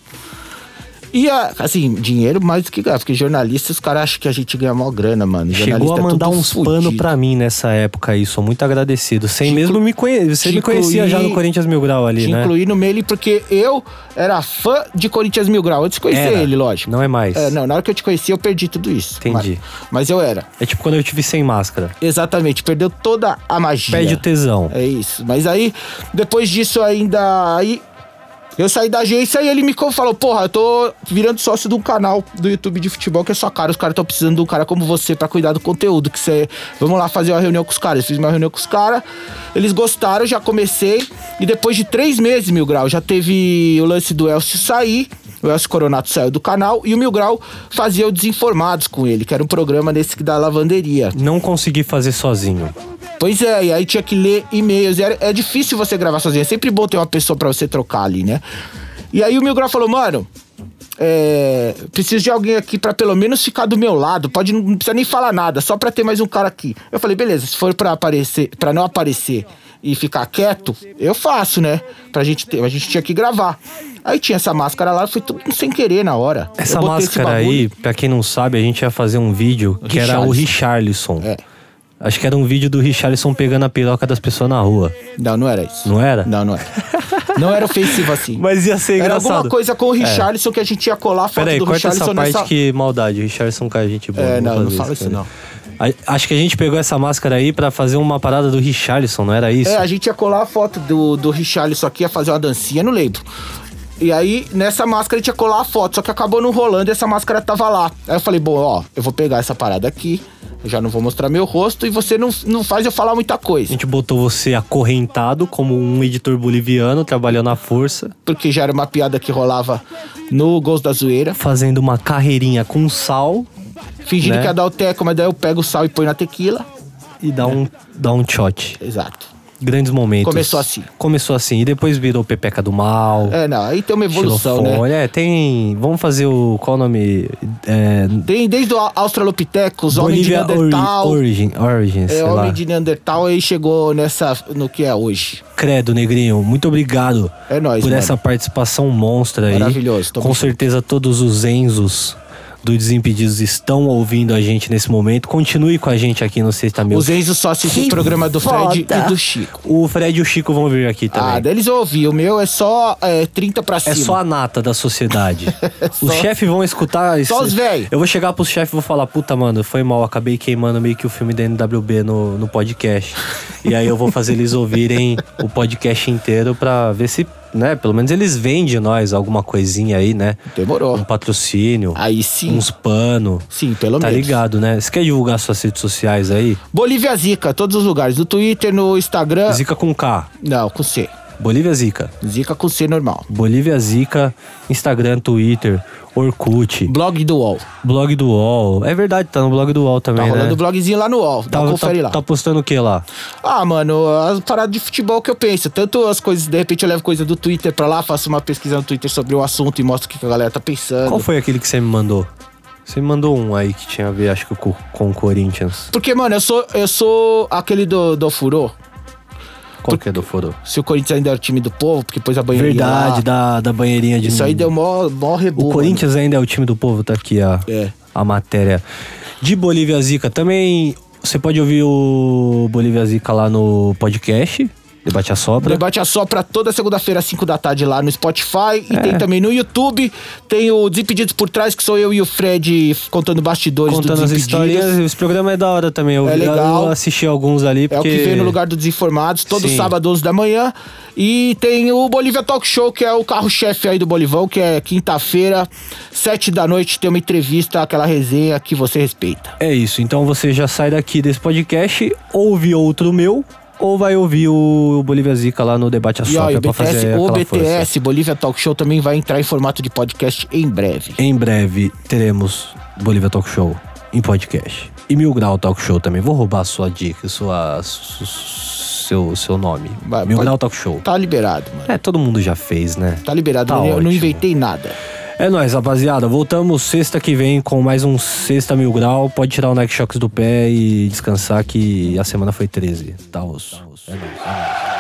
E, a- assim, dinheiro mais do que ganha. Porque jornalista, os caras acham que a gente ganha mó grana, mano.
Chegou a
jornalista é
mandar
tudo
uns
fudido.
pano pra mim nessa época aí, sou muito agradecido. Sem
Te
mesmo me conhecer. Você me
te
conhecia já no
incluí-
Corinthians Mil Grau ali,
Te
né?
incluí no meio porque eu era fã de Corinthians Mil Grau. Antes de conhecer
Era.
ele, lógico.
Não é mais.
É, não, na hora que eu te conheci, eu perdi tudo isso.
Entendi.
Mas, mas eu era.
É tipo quando eu tive sem máscara.
Exatamente, perdeu toda a magia.
Perde o tesão.
É isso. Mas aí, depois disso ainda. Aí, eu saí da agência e ele me co- falou: Porra, eu tô virando sócio de um canal do YouTube de futebol que é só cara. Os caras estão precisando de um cara como você pra cuidar do conteúdo. Que você. Vamos lá fazer uma reunião com os caras. Eu fiz uma reunião com os caras. Eles gostaram, já comecei. E depois de três meses, Mil Grau, já teve o lance do Elcio sair. O Elcio Coronato saiu do canal e o Mil Grau fazia o Desinformados com ele, que era um programa nesse que da lavanderia.
Não consegui fazer sozinho.
Pois é, e aí tinha que ler e-mails. E era- é difícil você gravar sozinho. É sempre bom ter uma pessoa pra você trocar ali, né? E aí o meu grau falou, mano. é, preciso de alguém aqui pra pelo menos ficar do meu lado. Pode não precisa nem falar nada, só pra ter mais um cara aqui. Eu falei, beleza, se for pra aparecer, para não aparecer e ficar quieto, eu faço, né? Pra gente ter, a gente tinha que gravar. Aí tinha essa máscara lá, foi tudo sem querer na hora. Eu
Essa
botei esse
máscara
bagulho.
aí, pra quem não sabe, a gente ia fazer um vídeo que era o Richarlison.
É.
Acho que era um vídeo do Richarlison pegando a piroca das pessoas na rua.
Não, não era isso.
Não era?
Não, não
*laughs*
era. não era ofensivo assim.
Mas ia ser
Era
engraçado. É.
alguma coisa com o Richarlison que a gente ia colar a foto
Peraí,
do
corta
Richarlison
essa parte
nessa...
que maldade. O Richarlison cai gente boa.
É,
vou
não, não
fazer
fala isso,
cara.
não.
A- Acho que a gente pegou essa máscara aí pra fazer uma parada do Richarlison, não era isso?
É, a gente ia colar a foto do, do Richarlison aqui, ia fazer uma dancinha, não lembro. E aí, nessa máscara, a gente ia colar a foto, só que acabou não rolando e essa máscara tava lá. Aí eu falei, bom, ó, eu vou pegar essa parada aqui, eu já não vou mostrar meu rosto e você não, não faz eu falar muita
A
coisa.
gente botou você acorrentado como um editor boliviano, trabalhando na força,
Porque já era uma piada que rolava no Gols da Zoeira,
fazendo uma carreirinha com sal
fingindo
Né?
que ia dar o teco, mas daí eu pego o sal e põe na tequila.
e dá um, dá um shot.
Exato.
Grandes momentos.
Começou assim.
Começou assim. E depois virou Pepeca do Mal.
É, não, aí tem uma evolução, né?
Xilofone. É, tem. Vamos fazer o. Qual o nome? É,
Tem desde o Australopithecus, Homem de
Bolívia Ori-
Neandertal.
Origin. Origin, sei
É,
lá.
Homem de Neandertal e chegou nessa, no que é hoje.
Credo, Negrinho, muito obrigado
É nóis,
por
mano.
essa participação monstra aí.
Maravilhoso, tô
Com
muito-
certeza todos os Enzos do Desimpedidos estão ouvindo a gente nesse momento. Continue com a gente aqui no Sexta Mil.
Os Enzo só assistem o programa do Fred e do Chico.
O Fred e o Chico vão vir aqui também.
Ah, daí eles vão ouvir. O meu é só é, 30 pra
É
cima.
só a nata
*laughs*
da sociedade. Os
só-
chefes vão escutar isso.
Só os véi.
Eu vou chegar pros chefes e vou falar: puta, mano, foi mal, acabei queimando meio que o filme da NWB no, no podcast. e aí eu vou fazer eles ouvirem o podcast inteiro pra ver se, né, pelo menos eles vendem nós alguma coisinha aí, né? Um
Demorou.
patrocínio,
Aí sim.
uns pano.
Sim, pelo
Tá
menos.
ligado, né? Você quer divulgar suas redes sociais aí?
Bolívia Zica, todos os lugares. No Twitter, no Instagram.
Zica com K.
Não, com C.
Bolívia Zica.
Zica com C normal.
Bolívia Zica, Instagram, Twitter, Orkut.
Blog do UOL.
Blog do UOL. É verdade, tá no blog do UOL
Tá
também,
rolando
né?
o blogzinho lá no UOL. Dá
Tá,
uma confere
tá-
lá.
tá postando o que lá?
Ah, mano, as paradas de futebol que eu penso. Tanto as coisas, de repente eu levo coisa do Twitter pra lá, faço uma pesquisa no Twitter sobre o assunto e mostro o que que a galera tá pensando.
Qual foi aquele que você me mandou? Você me mandou um aí que tinha a ver, acho que com, com o Corinthians.
Porque, mano, eu sou, eu sou aquele do, do furor.
Qual que é do foro?
Se o Corinthians ainda era o time do povo, porque pôs a banheirinha
Verdade,
lá.
da, da banheirinha de...
Isso aí deu mó, mó
O
rebu.
Corinthians ainda é o time do povo, tá aqui a,
É.
a matéria. De Bolívia Zica, também você pode ouvir o Bolívia Zica lá no podcast, Debate a
mano.
Sobra.
Debate a só pra toda segunda-feira, às 5 da tarde, lá no Spotify. E
É.
tem também no YouTube. Tem o Desimpedidos por trás, que sou eu e o Fred contando bastidores
Contando
do
as
Desimpedidos.
histórias, esse programa é da hora também. Eu,
É
vi-
legal.
eu assisti alguns
É
ali.
o
porque...
que vem no lugar do Desinformados, todo
Sim.
sábado, 11 da manhã. E tem o Bolívia Talk Show, que é o carro-chefe aí do Bolivão, que é quinta-feira, 7 da noite, tem uma entrevista, aquela resenha que você respeita.
É isso, então você já sai daqui desse podcast, ouve outro meu, ou vai ouvir o Bolívia Zica lá no Debate a
E ó, e
Sopra
o
é pra
BTS,
fazer
o
aquela
BTS,
força.
Bolívia Talk Show, também vai entrar em formato de podcast em breve.
Em breve teremos Bolívia Talk Show em podcast. E Mil Grau Talk Show também. Vou roubar a sua dica, sua, su- seu, seu nome.
Vai,
Mil
pode-
Grau Talk Show.
Tá liberado, mano.
É, todo mundo já fez, né?
Tá liberado,
Tá
eu não- eu não
ótimo.
inventei nada.
É nóis, rapaziada. Voltamos sexta que vem com mais um Sexta Mil Grau. Pode tirar o Nike Shocks do pé e descansar que a semana foi 13. Tá osso. É nóis, é nóis.